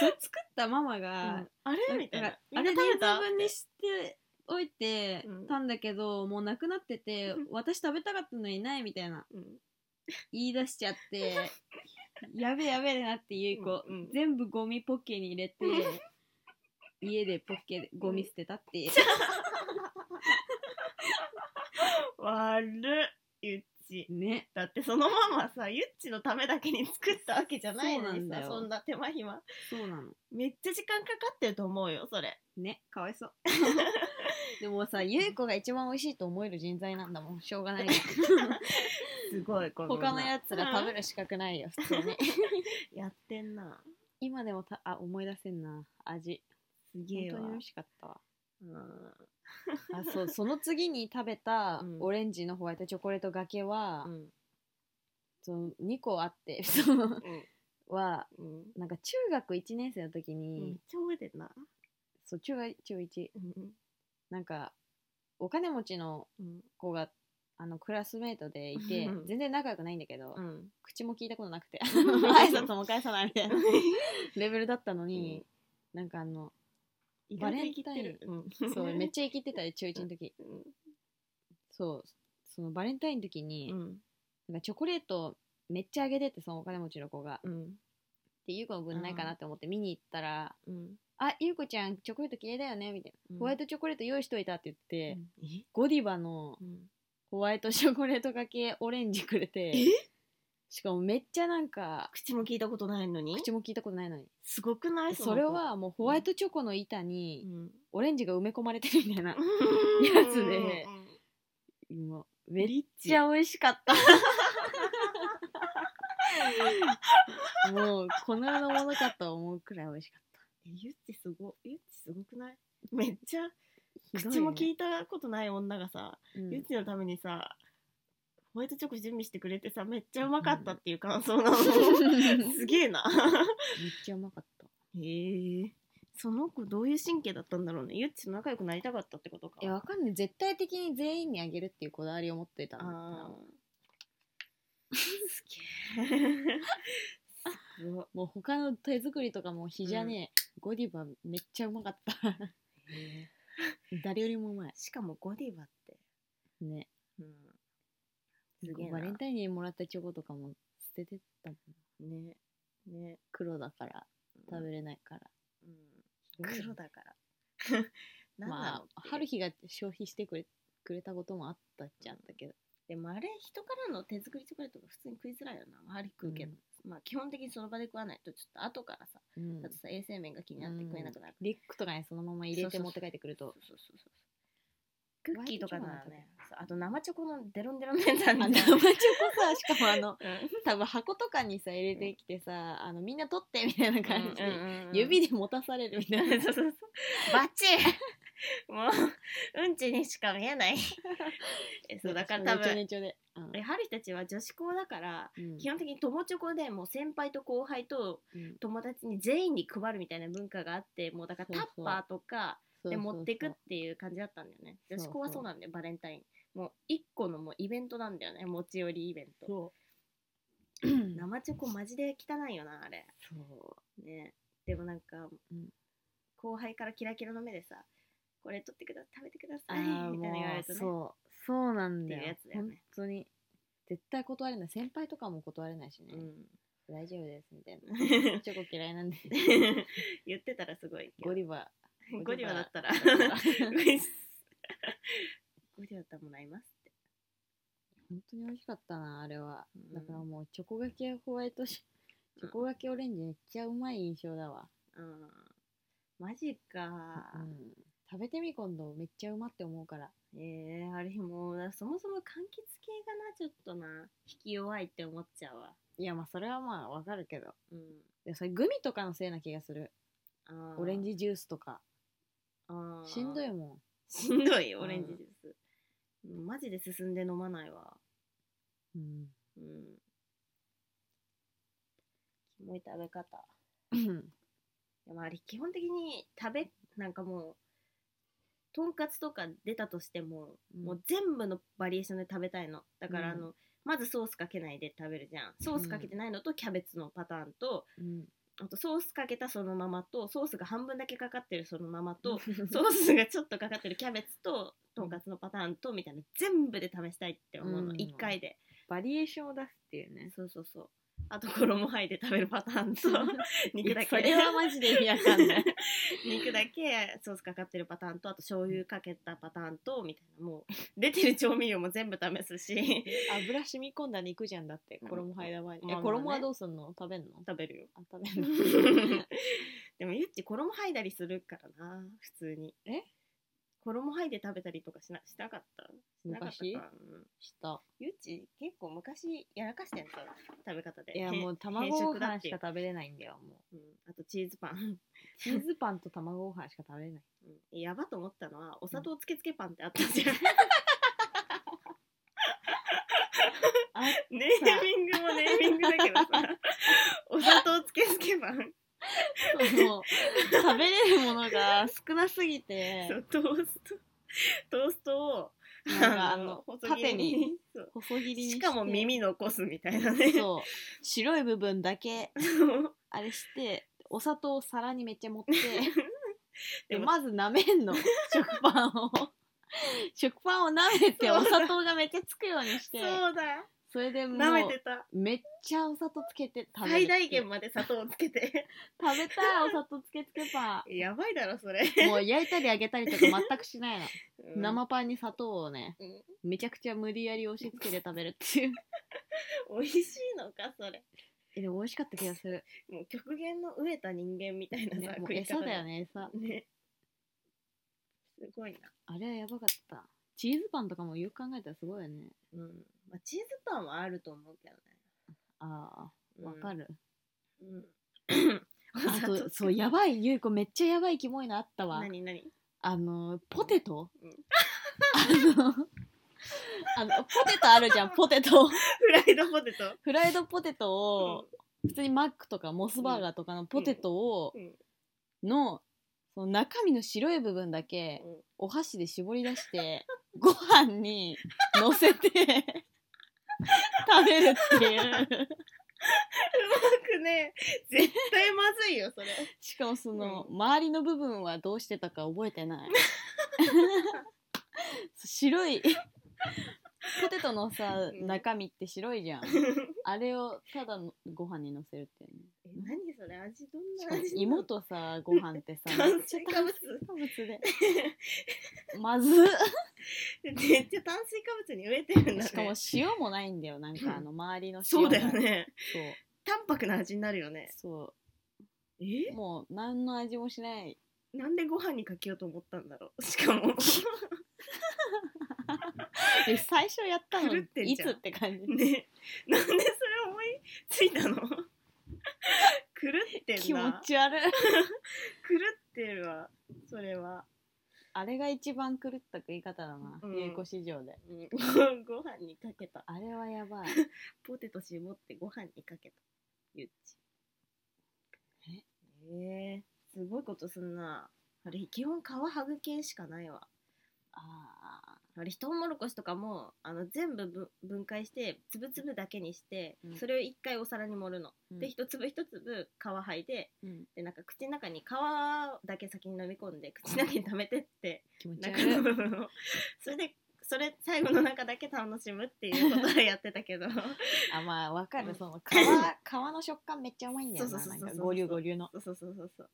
C: れ作ったママ
B: う
C: が
B: ん、あれみたい
C: な
B: な
C: んかあれ人
B: みんな食べ
C: 数
B: た
C: 分にしておいて
B: うん
C: たんだけど、もうなくなってて
B: うん
C: 私食べたかったのにないみたいな
B: うん
C: 言い出しちゃって やべえやべえってなってゆい子、
B: うんうん
C: 全部ゴミポッケに 入れて家でポッケでゴミ捨てたっていう、
B: 悪っゆっち
C: ね
B: だってそのママさゆっちのためだけに作ったわけじゃないの
C: そう
B: に
C: なんだ
B: さ
C: よ
B: そんな手間暇
C: そうなの
B: めっちゃ時間かかってると思うよそれ
C: ねかわ いそうでもさゆい子が一番美味しいと思える人材なんだもんしょう がない
B: すごいこの
C: 他のやつら食べ
B: る
C: る資格ないよ普通 に
B: やってんな
C: 今でもたあ思い出せんな味
B: すげえ
C: 本
B: わ
C: 当に美味しかったわ
B: うん
C: あそうその次に食べた
B: うん
C: オレンジのホワイトチョコレートがけは、
B: うん
C: その2個あってその
B: うん
C: は
B: うん
C: なんか中学1年生の時に、
B: めっちゃ覚えてんな
C: そう中学中1
B: うん
C: なんかお金持ちの
B: うん
C: 子があのクラスメートでいて
B: うん
C: 全然仲良くないんだけど、
B: うん
C: 口も聞いたことな くて挨拶も返さないみたいなレベルだったのに、なんかあの
B: 意
C: バ
B: 外と
C: レ
B: 生
C: ン
B: き
C: タ
B: て
C: イン
B: る
C: そうめっ
B: め
C: ちゃ生きてたよ中1の時
B: うん
C: そうそのバレンタインの時に、
B: うん
C: なんかチョコレートめっちゃあげてってそのお金持ちの子が。
B: うん
C: でゆう子の分ないかなって思って見に行ったら
B: うん
C: 「あゆう子ちゃんチョコレート嫌いだよね」みたいな、ホワイトチョコレート用意しといた」って言って、
B: うんえ
C: ゴディバの
B: うん
C: ホワイトチョコレートかけオレンジくれて
B: え
C: しかもめっちゃなんか
B: 口も聞いたことないのに
C: 口も聞いたことないのに
B: すごくないの
C: そ
B: 子
C: れはもうホワイトチョコの板
B: う
C: に
B: ん
C: オレンジが埋め込まれてるみたいな、
B: や
C: つでもうめっ
B: リッチ
C: ちゃ美味しかったもうこの世のものかと思うくらい美味しかっ
B: えゆっちすごゆっちすごくないめっちゃ
C: た
B: 口も聞
C: い、
B: いたことない女がさ、
C: うん
B: ゆっちのためにさホワイトチョコ準備してくれてさめっちゃうまかったっていう感想なの、 すげえな
C: めっちゃうまかった
B: へえその子どういう神経だったんだろうねゆっちと仲良くなりたかったってことか
C: いやわかんない絶対的に全員にあげるっていうこだわりを持ってた
B: あ
C: の
B: ーすげえ
C: もう他の手作りとかも日じゃねえ、ゴディバめっちゃうまかった 誰よりもうまい
B: しかもゴディバって、
C: ね
B: うん、すげえな
C: バレンタインにもらったチョコとかも捨ててたもん
B: ねね
C: 黒だから食べれないから、
B: うん、黒だから 何なの
C: ま
B: って
C: あ
B: いう
C: 春日が消費してくれくれたこともあったっちゃったけど、
B: でもあれ人からの手作りチョコレートが普通に食いづらいよな周り食うけど、まあ基本的にその場で食わないとちょっと後からさ、
C: うん
B: だとさ衛生面が気になって食えなくなる、
C: リュックとかにそのまま入れて持って帰ってくる
B: そう
C: と
B: そうそうそうクッキーとかなら
C: ホワイトチョコなん
B: ねそうあと生チョコのデロンデロンのやつある
C: あ
B: ん
C: 生チ
B: だ
C: ョコさしかもあの
B: うん
C: 多分箱とかにさ入れてきてさあのみんな取ってみたいな感じで、
B: うん
C: 指で持たされるみ たいな
B: そうそうそうバッチ リもううんちにしか見えないえそうだから多
C: ねち
B: 分
C: ょねちょで、うん
B: え春日たちは女子校だから
C: うん
B: 基本的に友チョコでもう先輩と後輩と
C: うん
B: 友達に全員に配るみたいな文化があってもうだから
C: そう
B: タ
C: そう
B: ッパーとか
C: そう
B: で
C: そうそう
B: 持ってくっていう感じだったんだよね
C: そう
B: 女子校はそうなんだよバレンタインもう一個のもうイベントなんだよね持ち寄りイベント
C: そ
B: 生チョコマジで汚いよなあれ
C: そ
B: ねでもなんか、
C: うん
B: 後輩からキラキラの目でさこれ取ってくだ食べてくだ
C: う。
B: さいみたいな言われるとね
C: そう。そうなんだ
B: っていう
C: よ。
B: やつだよね
C: 本当に。絶対断れない。先輩とかも断れないしね。
B: うん、
C: 大丈夫ですみたいな。チョコ嫌いなんで。
B: 言ってたらすごいけど
C: ゴディバ。
B: ゴディバだったら
C: ゴディバ
B: ゴディバだったらもらいますって
C: 本当に美味しかったな、あれは。
B: うん
C: だからもう、チョコがけホワイトシ、チョコがけオレンジめっちゃうまい印象だわ。
B: うんマジか、
C: うん食べてみ今度めっちゃうまって思うから。
B: えー、あれもうそもそも柑橘系がなちょっとな引き弱いって思っちゃうわ
C: いや、まあそれはまあわかるけど。
B: うん
C: でもそれグミとかのせいな気がする。
B: あー
C: オレンジジュースとか。
B: あー
C: しんどいもん。
B: しんどいオレンジジュース、マジで進んで飲まないわ
C: うん、
B: うんキモい食べ方でもあれ基本的に食べなんかもうとんかつとか出たとしても、
C: うん
B: もう全部のバリエーションで食べたいのだからあの、まずソースかけないで食べるじゃんソースかけてないのとキャベツのパターンと、
C: うん、
B: あとソースかけたそのままとソースが半分だけかかってるそのままとソースがちょっとかかってるキャベツととんかつのパターンとみたいな全部で試したいって思うの、
C: うん
B: 1回で
C: バリエーションを出すっていうね。
B: そうそうそうあと衣剥いで食べるパターンと 肉だけ
C: それはマジで意味 わかんない。
B: 肉だけソースかかってるパターンとあと醤油かけたパターンとみたいなもう出てる調味料も全部試すし
C: 油染み込んだ肉じゃんだって
B: うん
C: 衣入ら
B: まあまあ
C: ない、え
B: ね
C: 衣はどうすんの 食べんの
B: 食べるよ
C: あ食べん の
B: でもゆっち衣剥いだりするからな普通に
C: え
B: 衣剥いで食べたりとかしなしなかったしなかったか
C: 昔
B: うん
C: した
B: ゆっち結構昔やらかしてんだよ食べ方で
C: いや
B: へん
C: もう
B: 変
C: 卵ご
B: 色だ
C: 飯
B: って
C: し
B: いう
C: か食べれないんだよもう
B: うん、あとチーズパン、
C: チーズパンと卵ご飯しか食べ れない
B: うん、やばと思ったのはお砂糖つけつけパンってあったじゃん
C: あ
B: ネーミングもネーミングだけどさ お砂糖つけつけパン
C: そうもう食べれるものが少なすぎて
B: そうトーストトーストを
C: なんかあの
B: 細切り
C: 縦に
B: そう
C: 細切りにして
B: しかも耳残すみたいなね
C: そう白い部分だけ
B: そう
C: あれしてお砂糖を皿にめっちゃ持っ て
B: で
C: で
B: も
C: まず舐め んの食パンを食パンを舐めて
B: そう
C: お砂糖がめっちゃつくようにして
B: そうだ
C: それでもう
B: 舐めてた
C: めっちゃお砂糖つけて食べる
B: 最大限まで砂糖をつけて
C: 食べたいお砂糖つけつけパ
B: やばいだろそれ、
C: ンもう焼いたり揚げたりとか全くしないの、
B: うん
C: 生パンに砂糖をね
B: うん
C: めちゃくちゃ無理やり押し付けて食べるっ ていう
B: 美味しいのかそれ
C: えでも美味しかった気がする、
B: もう極限の飢えた人間みたいなさ、
C: ね、もう
B: 食い
C: 餌
B: 方
C: だよね餌
B: ねすごいな、
C: あれはやばかったチーズパンとかもよく考えたらすごいよね
B: うんまあ、チーズパンはあると思うけどね
C: あ
B: う
C: あ
B: ん
C: わ かる、
B: うん、
C: あ とそうやばいゆいこめっちゃやばいキモいのあったわ
B: 何 何
C: あのポテト、
B: うん
C: あのあのポテトあるじ ゃんポテト
B: フライドポテト
C: フライドポテトを、普通にマックとかモスバーガーとかのポテトを、
B: うん
C: のその中身の白い部分だけ
B: うん
C: お箸で絞り出してご飯にのせ て食べるっていう
B: 僕ね絶対まずいよそれ
C: しかもその、
B: う
C: 周りの部分はどうしてたか覚え てない白いポテトのさ
B: うん
C: 中身って白い じゃんあれをただのご飯にのせるっていうね
B: え何それ味ど
C: し
B: ん
C: か
B: な
C: も
B: 味なの
C: 芋とさご飯って さ
B: 炭水化物
C: 物 でまずっ
B: めっちゃ炭水化物に飢えてるんだね
C: しかも塩もないんだよなんかあの周りの塩
B: そうだよ
C: が
B: ね淡白な味になるよね
C: そうそ
B: え
C: うもう何の味もしない
B: なんでご飯にかけようと思ったんだろ うしかも
C: え最初やったの
B: 狂ってん
C: い
B: じゃん
C: つって感じ
B: ねなんでそれ思いついたの 狂ってんな
C: 気持ち悪い
B: 狂ってるわそれは、
C: あれが一番狂った食い方だな、
B: うん
C: ゆいこ市場で
B: うん、 ご飯にかけた
C: あれはや ばい
B: ポテト絞ってご飯にかけたゆっちええすごいことすんなあれ基本皮ハグ系しかないわ
C: あ
B: 私トウモロコシとかもあの全部ぶ分解して粒々だけにして、
C: うん
B: それを一回お皿に盛るの、
C: うん
B: で一粒一粒皮剥いで
C: うん、
B: でなんか口の中に皮だけ先に飲み 込んで口の中に溜めてって
C: 気持ち悪
B: 中
C: い
B: の部分をそれでそれ最後の中だけ楽しむっていうことでやってたけど
C: あまあわか
B: う
C: る
B: ん
C: そ の皮皮の食感めっちゃうまいんだよ
B: そ
C: な
B: うそう
C: な
B: そ
C: ん
B: うそう
C: かゴリュゴリュの
B: そうそうそうそうそう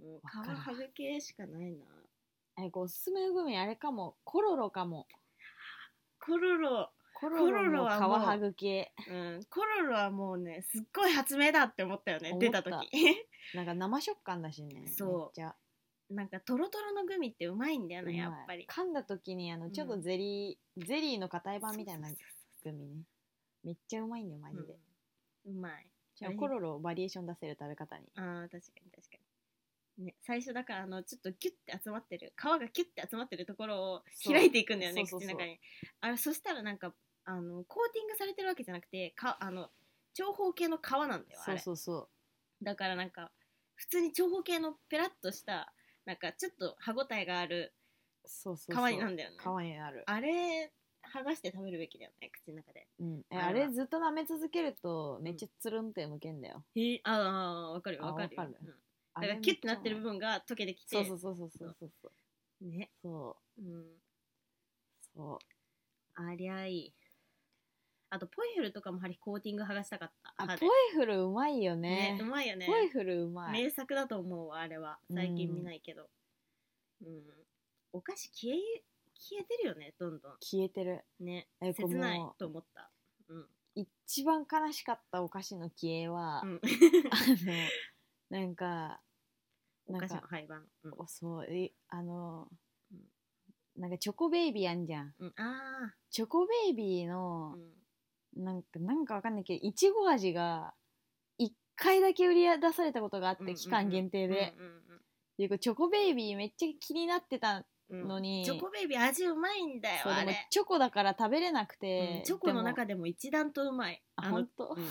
B: もう皮
C: わかるわ
B: はぐけしかないな
C: あれおすすめのグミあれかもコロロかも
B: コロロ
C: コロロの
B: は
C: 皮
B: もう
C: はぐき
B: うん、コロロはもうねすっごい発明だって思ったよね
C: 思っ
B: 出
C: た
B: た時
C: なんか生食感だしね
B: そう
C: めっちゃ
B: なんかトロトロのグミってうまいんだよ
C: うま
B: ね
C: い
B: やっぱり
C: 噛んだ時にあのちょっとゼリー、ゼリーの硬い版みたいなグミねめっちゃうまいんだよマジで、
B: うんうまい
C: じゃあコロロをバリエーション出せる食べ方に
B: あー確かに確かに、ね、最初だからあのちょっとキュッて集まってる皮がキュッて集まってるところを
C: そう
B: 開いていくんだよね
C: そうそうそ
B: 口
C: う
B: の中にあれそしたらなんかあのコーティングされてるわけじゃなくてかあの長方形の皮なんだよあ
C: そう
B: れ
C: そうそ
B: だからなんか普通に長方形のペラッとしたなんかちょっと歯ごたえがある
C: うそうそう
B: 皮
C: そう
B: になんだよね
C: 皮になる
B: あれ剥がして食べるべきだよね口の中で
C: うん、え
B: あ
C: あ
B: れは
C: れずっと舐め続けるとめっちゃつるんってむけんだよ、
B: えああわかるよ
C: あ
B: わかるよ
C: わかる
B: うん
C: あ
B: だ
C: れ
B: からキュッてなってる部
C: めっ
B: 分が溶けてき
C: ちゃう
B: て
C: まいそうそうそうそうそうそう
B: ね
C: そ
B: うん
C: うそう
B: ありゃいいあとポイフルとかもはりコーティング剥がしたかった
C: あ
B: 歯で
C: ポイフルうまいよね
B: ねうまいよね
C: ポイフルうまい
B: 名作だと思うわあれは
C: うん
B: 最近見ないけどうんお菓子消え消えてるよねどんど
C: 消えてる
B: んね
C: えこ
B: 切
C: う
B: ない
C: も
B: と思ったうん
C: う一番悲しかったお菓子の消えは、
B: う ん
C: あのなんか
B: お
C: なん
B: 菓子の
C: か
B: 廃盤うん
C: おそうえあの
B: うん
C: なんかチョコベイビーあんじゃん
B: うんあ
C: チョコベイビー
B: あう
C: の、
B: ん
C: なんかなんかわかんないけどいちご味が1回だけ売り出されたことがあって、期間限定で、
B: うんうんうん
C: でこうチョコベイビーめっちゃ気になってた
B: うん
C: のに
B: チョコベイビー味うまいんだよ
C: そう
B: あ
C: でも
B: れ
C: チョコだから食べれなくて、
B: チョコの
C: でも
B: 中でも一段とうまい
C: あ本当、
B: うん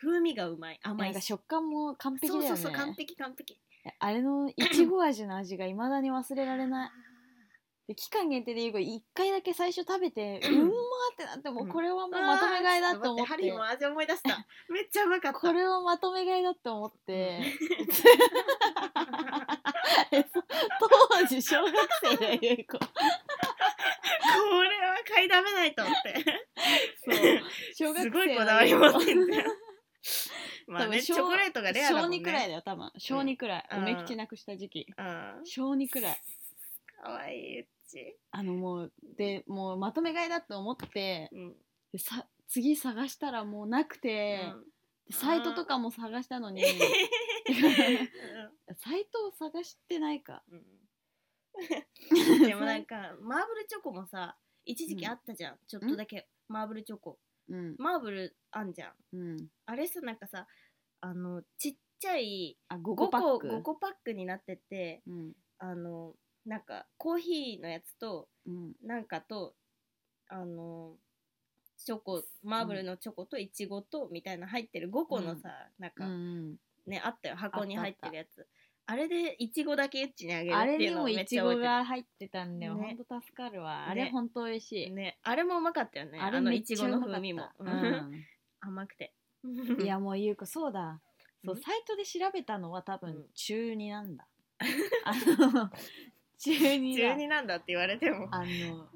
B: 風味がうまい甘
C: なん
B: い
C: か
B: し
C: 食感も完璧だ
B: そ
C: よ
B: う
C: ね
B: そうそう完璧完璧
C: あれのいちご味の味がいまだに忘れられないで期間限定で言うと1回だけ最初食べ てうんまーってなってもうこれはもうまとめ買いだと思って
B: ハリーも味思い出した めっちゃうまかった
C: これはまとめ買いだと思って、あれそう 当時小学生だよゆい 子
B: これは買いだめないと思って
C: 小学生
B: すごいこだわり持ってん だよまあ
C: 多分
B: ねチ
C: 小
B: ョコレートがレアだもん
C: 小
B: ね
C: 2くらいだよ多分小2くらい、
B: うん
C: おめきちなくした時期
B: うん
C: 小2くらい
B: かわいいうち
C: あのもうでもうまとめ買いだと思って
B: うん
C: でさ次探したらもうなくて、
B: うん
C: でサイトとかも探したのに サイトを探してないか
B: うんでもなんかマーブルチョコもさ一時期あったじゃん、ちょっとだけマーブルチョコ
C: うん
B: マーブルあんじゃん
C: うん
B: あれさなんかさあのちっちゃい
C: あ5
B: 5
C: 個
B: 個
C: パック
B: 5個パックになってて
C: うん
B: あのなんかコーヒーのやつと
C: うん
B: なんかとあのチョコマーブルのチョコとイチゴとみたいな入ってる5個のさ、なん
C: う
B: か、
C: ん
B: ねあったよ箱に入ってるやつあれでイチゴだけエッチにあげる
C: あ
B: っ
C: れ
B: てい
C: に
B: うの
C: も
B: をめ
C: い
B: っ
C: ち
B: ちゃ覚え
C: ご
B: てる
C: が入ってたんだよ、
B: ね
C: ほんと助かるわ、あ
B: ね
C: れほんと美味しい、
B: ね、あれもうまかったよね。
C: あ
B: あ
C: れ
B: の
C: め
B: い
C: っ
B: ち
C: ち
B: ご
C: ゃう
B: の
C: まか
B: 風
C: っ
B: 味も
C: た、うん
B: 甘くて。
C: いやもうゆう子そうだそう
B: うん
C: サイトで調べたのは多
B: うん
C: 分中2なん だ、あの中2だ
B: 中二なんだって言われても。
C: あの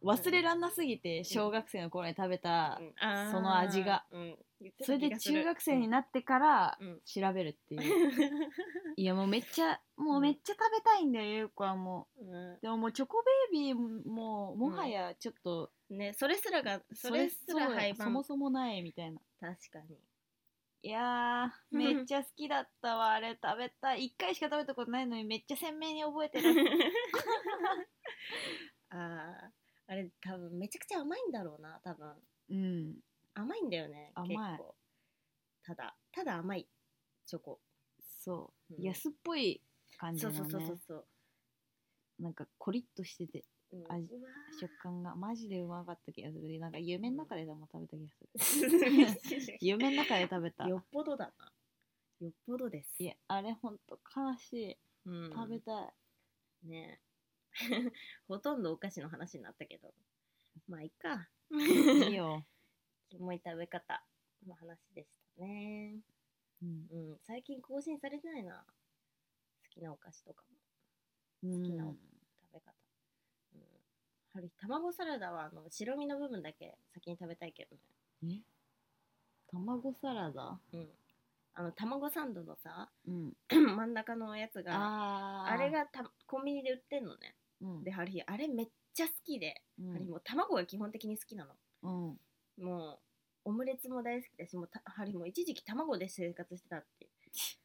C: 忘れらんなすぎて小学生の頃に食べた、
B: うんあー
C: その味が。
B: うん言って
C: そ
B: た
C: れ
B: 気
C: で
B: がす
C: 中
B: る
C: 学生になってから
B: うん
C: 調べるっ ていう、いやもうめっちゃもうめっちゃ食べたいんだよゆう子はも
B: うん
C: うでももうチョコベイビーももはやちょっと、
B: ね、それすらが、それすら
C: そう
B: 廃
C: そも
B: 盤。
C: そもないみたいな
B: 確かに。
C: いや
B: う
C: ー
B: ん
C: めっちゃ好きだったわあれ食べたい1回しか食べたことないのにめっちゃ鮮明に覚え てる
B: ああ、あれ多分めちゃくちゃ甘いんだろうな、多分。
C: うん
B: 甘いんだよね、
C: 甘い
B: 結構。ただ、ただ甘いチョコ。
C: そう、
B: うん
C: 安っぽい感じ
B: そ
C: の
B: う
C: ね
B: そうそうそうそう。
C: なんかコリッとしてて
B: うんうわ
C: 味食感がマジでうまかった気がするなんか夢の中ででも食べた気がする
B: ー
C: 夢の中で食べた
B: よっぽどだな。よっぽどです。
C: いやあれほんと悲しい
B: うん
C: 食べたい、
B: ね ほとんどお菓子の話になったけどまあいいか
C: いいよ、
B: キモい食べ方の話でしたね
C: うん
B: うん最近更新されてないな好きなお菓子とかも
C: うん
B: きな食べ方うんはるひ卵サラダはあの白身の部分だけ先に食べたいけどね
C: 卵サラダ、
B: うんあの卵サンドのさ
C: うん、
B: 真ん中のやつが
C: あー
B: あれ、がたコンビニで売ってんのね
C: うん
B: ではるひあれめっちゃ好きで、
C: うん
B: ハリーもう卵が基本的に好きなの
C: うん
B: もうオムレツも大好きだしもうたハリーも一時期卵で生活してたって いう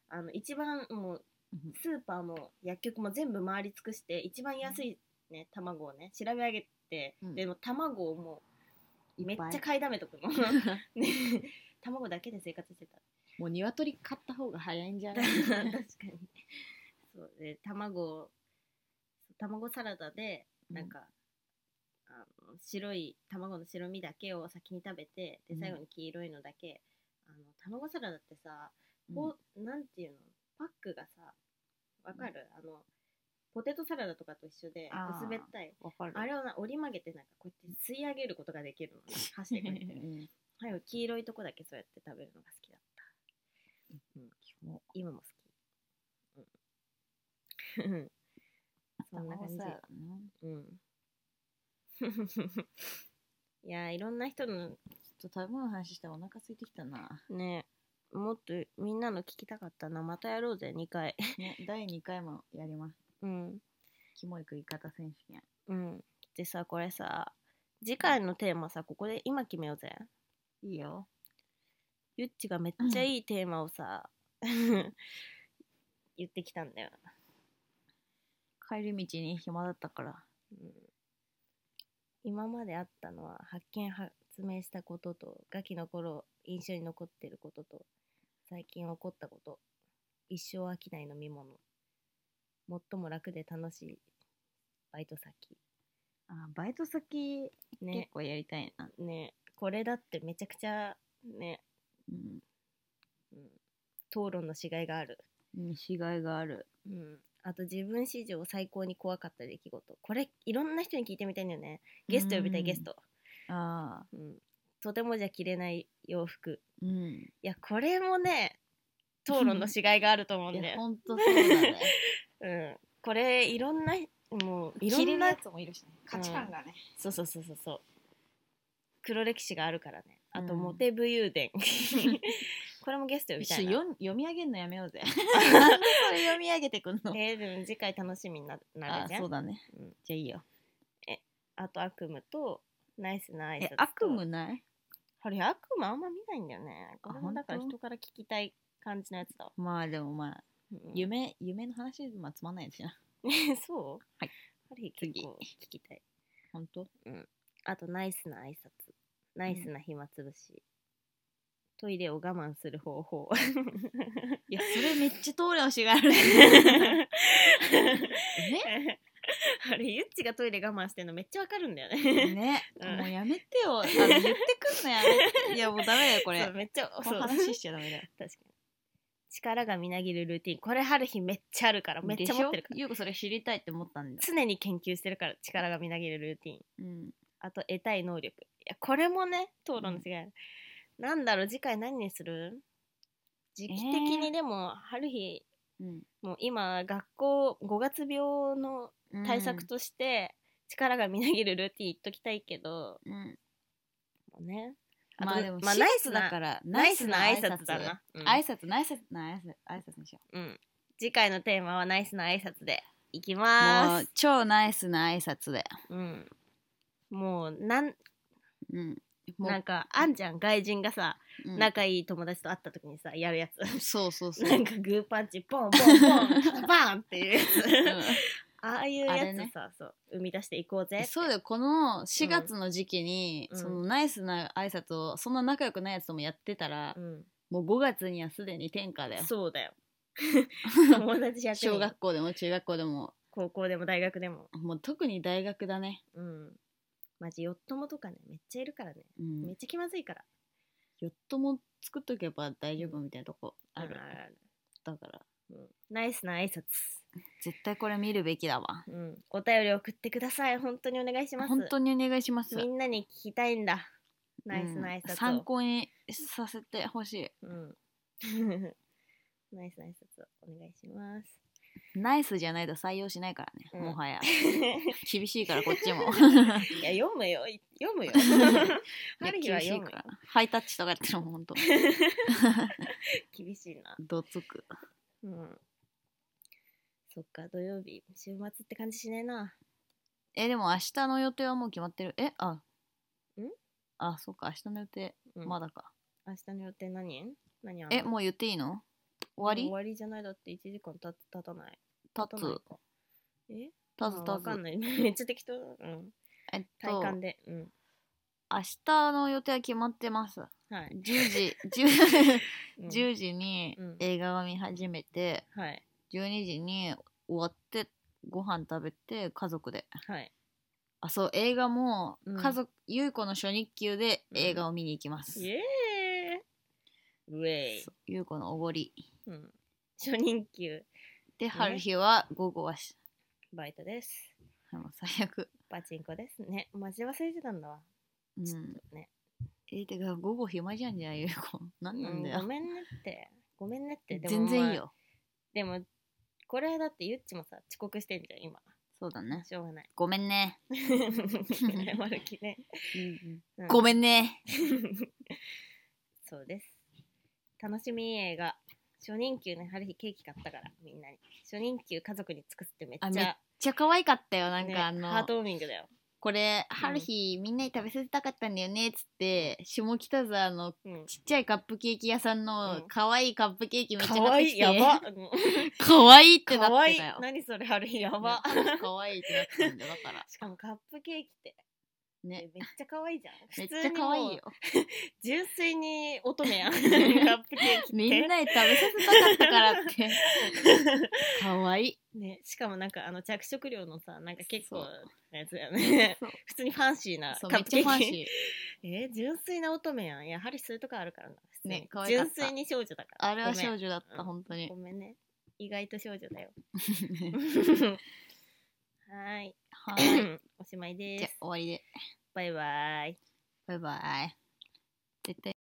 B: あの一番もう
C: うん
B: スーパーも薬局も全部回り尽くして一番安い、ね、卵をね調べ上げて、
C: うん
B: でも卵をもうめ
C: い
B: っ
C: っぱい
B: ちゃ買いだめと くの、ね、卵だけで生活してた
C: もう鶏買った方が早いんじ ゃない
B: 確かにそうで卵を卵サラダでなんか、あの白い卵の白身だけを先に食べてで
C: うん
B: 最後に黄色いのだけ、あの卵サラダってさ
C: うん
B: こう、なんていうのパックがさわかる、あのポテトサラダとかと一緒で
C: あー
B: 薄べったい
C: わかる
B: あれをな折り曲げてなんかこうやって吸い上げることができるのね箸でこうや って
C: うん
B: はい黄色いとこだけそうやって食べるのが好きだった、うん、今も好き、うん、そんな感じ
C: 卵サラダな
B: うん いやーいろんな人の
C: ちょっと食べ物の話したらお腹空いてきたな、
B: ねもっとみんなの聞きたかったなまたやろうぜ2回
C: ね、第2回もやります
B: うん
C: キモい食い方選手権
B: うんでさこれさ次回のテーマさここで今決めようぜ
C: いいよ
B: ゆっちがめっちゃいいテーマをさ、 言ってきたんだよ、
C: 帰り道に暇だったから
B: うん今まであったのは発見発明したこととガキの頃印象に残ってることと最近起こったこと一生飽きない飲み物最も楽で楽しいバイト先
C: あバイト先結
B: ね
C: 構やりたいな、
B: ねこれだってめちゃくちゃね、うん、討論のしがいがある、
C: うんにしがいがある
B: うん、あと自分史上最高に怖かった出来事これいろんな人に聞いてみたいんだよねゲスト呼びたい
C: うん
B: ゲスト、
C: ああ
B: うん、とてもじゃ着れない洋服
C: うん
B: いやこれもね討論のしがいがあると思うん
C: い
B: だ
C: や
B: よ、
C: ほんとそうだ ね
B: うん、これいろんなもういろ
C: 着れ
B: ん
C: る
B: な
C: やつもいるしね価値観がね、
B: そうそうそうそうそう黒歴史があるからねあと
C: うん
B: モテ武勇 伝これもゲスト呼び
C: 一
B: た
C: 緒
B: いな
C: よ読み上げるのやめようぜなんで それ読み上げてくんの
B: えーでも次回楽しみになな
C: あ
B: るじゃ
C: そうん
B: あ
C: だね、
B: うん
C: じゃあいいよ
B: と悪夢とナイスな挨拶
C: え
B: と
C: 悪夢ない
B: あれ悪夢あんま見ないんだよねこれも
C: あ
B: だから
C: 本当
B: 人から聞きたい感じのやつだわ、
C: まあでもまあ
B: うん
C: 夢夢の話まあつまんない しな
B: ね そう
C: はい
B: ハリー結構聞きたい
C: 本当
B: あとナイスな挨拶ナイスな暇つぶし、トイレを我慢する方 法
C: いやそれめっちゃ通るしが あるね
B: あれゆっちがトイレ我慢してるのめっちゃわかるんだよね
C: ね、
B: うん
C: もうやめてよあの言ってくんのやめていやもうダメだよこ
B: こ
C: れ
B: めっちゃ
C: こ
B: そう
C: の
B: 確か
C: 話しちゃダメだよ
B: に力がみなぎるルーティンこれ春日めっちゃあるからめっちゃ持ってるから
C: ゆうこそれ知りたいって思ったんだ
B: 常に研究してるから力がみなぎるルーティン
C: うん
B: あと得たい能力いやこれもね討論の違い、なんだろう次回何にする時期的にでも、春日
C: う
B: もう今学校5月病の
C: ん
B: 対策として力がみなぎるルーティン言っときたいけど、
C: うん
B: もうねあと
C: まあでも
B: まあ
C: ナイスだから
B: ナイスな挨拶だな、うん
C: 挨拶ナイスな挨拶挨拶にしよ
B: うん次回のテーマはナイスな挨拶でいき
C: うも
B: ま
C: う
B: す
C: 超ナイスな挨拶で
B: もう,、ん、もうなん
C: うんもう
B: なんかあんちゃん外人がさ、
C: うん
B: 仲いい友達と会った時にさやるやつ
C: そうそうそう
B: なんかグーパンチポンポンポンパタパンっていうやつ、 ああいうや
C: あれ
B: つ
C: ね
B: さ、そう生み出していこうぜ
C: そうだよこの4月の時期に、
B: うん
C: そのナイスな挨拶をそんな仲良くないやつともやってたら、
B: うん、
C: もう5月にはすでに天下だよ
B: そう だよ友達100人
C: 小学校でも中学校でも
B: 高校でも大学でも
C: もう特に大学だね、
B: うんマジよっともとかねめっちゃいるからね、
C: うん
B: めっちゃ気まずいから
C: よっとも作っとけば大丈夫みたいなとこある、
B: うんあるある
C: だから
B: うんナイスな挨拶、
C: 絶対これ見るべきだわ
B: うん、お便り送ってください本当にお願いします
C: 本当にお願いします
B: みんなに聞きたいんだナイスな挨
C: うん
B: 拶
C: 参
B: を、
C: 考にさせてほし
B: うん ナイスな挨拶をお願いします
C: いナイスじゃないと採用しないからね、
B: うん
C: もはや厳しいからこっち も
B: いや読むよい読 むよ春日は
C: 厳し
B: 読
C: い
B: む
C: か
B: よ
C: らハイタッチとかやってるもん本当
B: 厳しいな
C: どつく
B: うんそっか土曜日週末って感じしねえな
C: えでも明日の予定はもう決まってるえあん
B: ん
C: あそっか明日の予定、
B: うん
C: まだか
B: 明日の予定何何あんの
C: えもう言っていいの終わり
B: 終わりじゃないだって1時間た経たない
C: 立
B: 経たない
C: つ
B: かえ
C: 立つ
B: わか
C: 立
B: ん
C: つ
B: ない めっちゃ適当だうん
C: えっ
B: 体
C: と
B: 感でうん
C: 明日の予定は決まって ます
B: はい、
C: 10時 10,
B: うん
C: 10時に
B: うん
C: 映画を見始めて
B: はい
C: 12時に終わってご飯食べて家族で
B: はい
C: あそう映画も
B: うん
C: 家族、ゆい子の初日給で映画を見に行きます、
B: イエーイウェイ
C: そうゆうこのおごり
B: うん初任給
C: で春日は午後はし
B: バイトです
C: あの最悪
B: パチンコですねマジ忘れてたんだわ
C: う
B: ちょっ
C: ん
B: とね、
C: えてか午後暇じゃんじゃんゆうこ何なんだ
B: う
C: よ、
B: んごめんねってごめんね ってでも
C: 全然いい
B: まあ
C: よ
B: でもこれはだってゆっちもさ遅刻してんじゃん今
C: そうだね
B: しょうが ない
C: ごめんね、
B: 謝る気ね、う
C: ご
B: ん
C: めんね
B: そうです楽しみ映画初任給ね春日ケーキ買ったからみんなに初任給家族に尽くすってめっ
C: あ
B: ち
C: めっ
B: ゃ
C: ちゃ可愛かったよなん
B: ね
C: かあの、
B: ハートウォーミングだよ、
C: これ春日みんなに食べさせたかったんだよねっつって下北沢の
B: うん、
C: ちっちゃいカップケーキ屋さん
B: う
C: の
B: ん
C: 可愛いカップケーキめっちゃ
B: か
C: 買っ
B: わ
C: て
B: い
C: き
B: い
C: て
B: や ば
C: 可愛いってな
B: か
C: っ
B: わい
C: て
B: い
C: たよ
B: 何それ春日やば
C: ね可愛いってなってたんだよだから
B: しかもカップケーキって
C: ね
B: めっちゃ可愛いじゃん
C: め
B: 普
C: っち
B: 通
C: ゃ
B: に
C: 可
B: も
C: 愛
B: う
C: いよ
B: 純粋に乙女 やんカップケーキって
C: みんなに食べさせたかったからって 可愛い
B: ね、しかもなんかあの着色料のさなんか結構
C: そ
B: なやつだよね
C: そう
B: 普通にファンシーな
C: そう
B: カ
C: めっ
B: ップ
C: ちゃ
B: ケ
C: ファ
B: ー
C: ン
B: キ
C: シー
B: え純粋な乙女やんやはりそういうとこあるからな普通に
C: ね可愛かった
B: 純粋に少女だから
C: あれは
B: ごめん
C: 少女だっ
B: う
C: た
B: ん
C: 本当に
B: ごめんね意外と少女 だよ はー い
C: はい
B: おしまい
C: じゃ
B: で
C: あ
B: す
C: 終わりで
B: バイバーイ
C: バイバイ絶対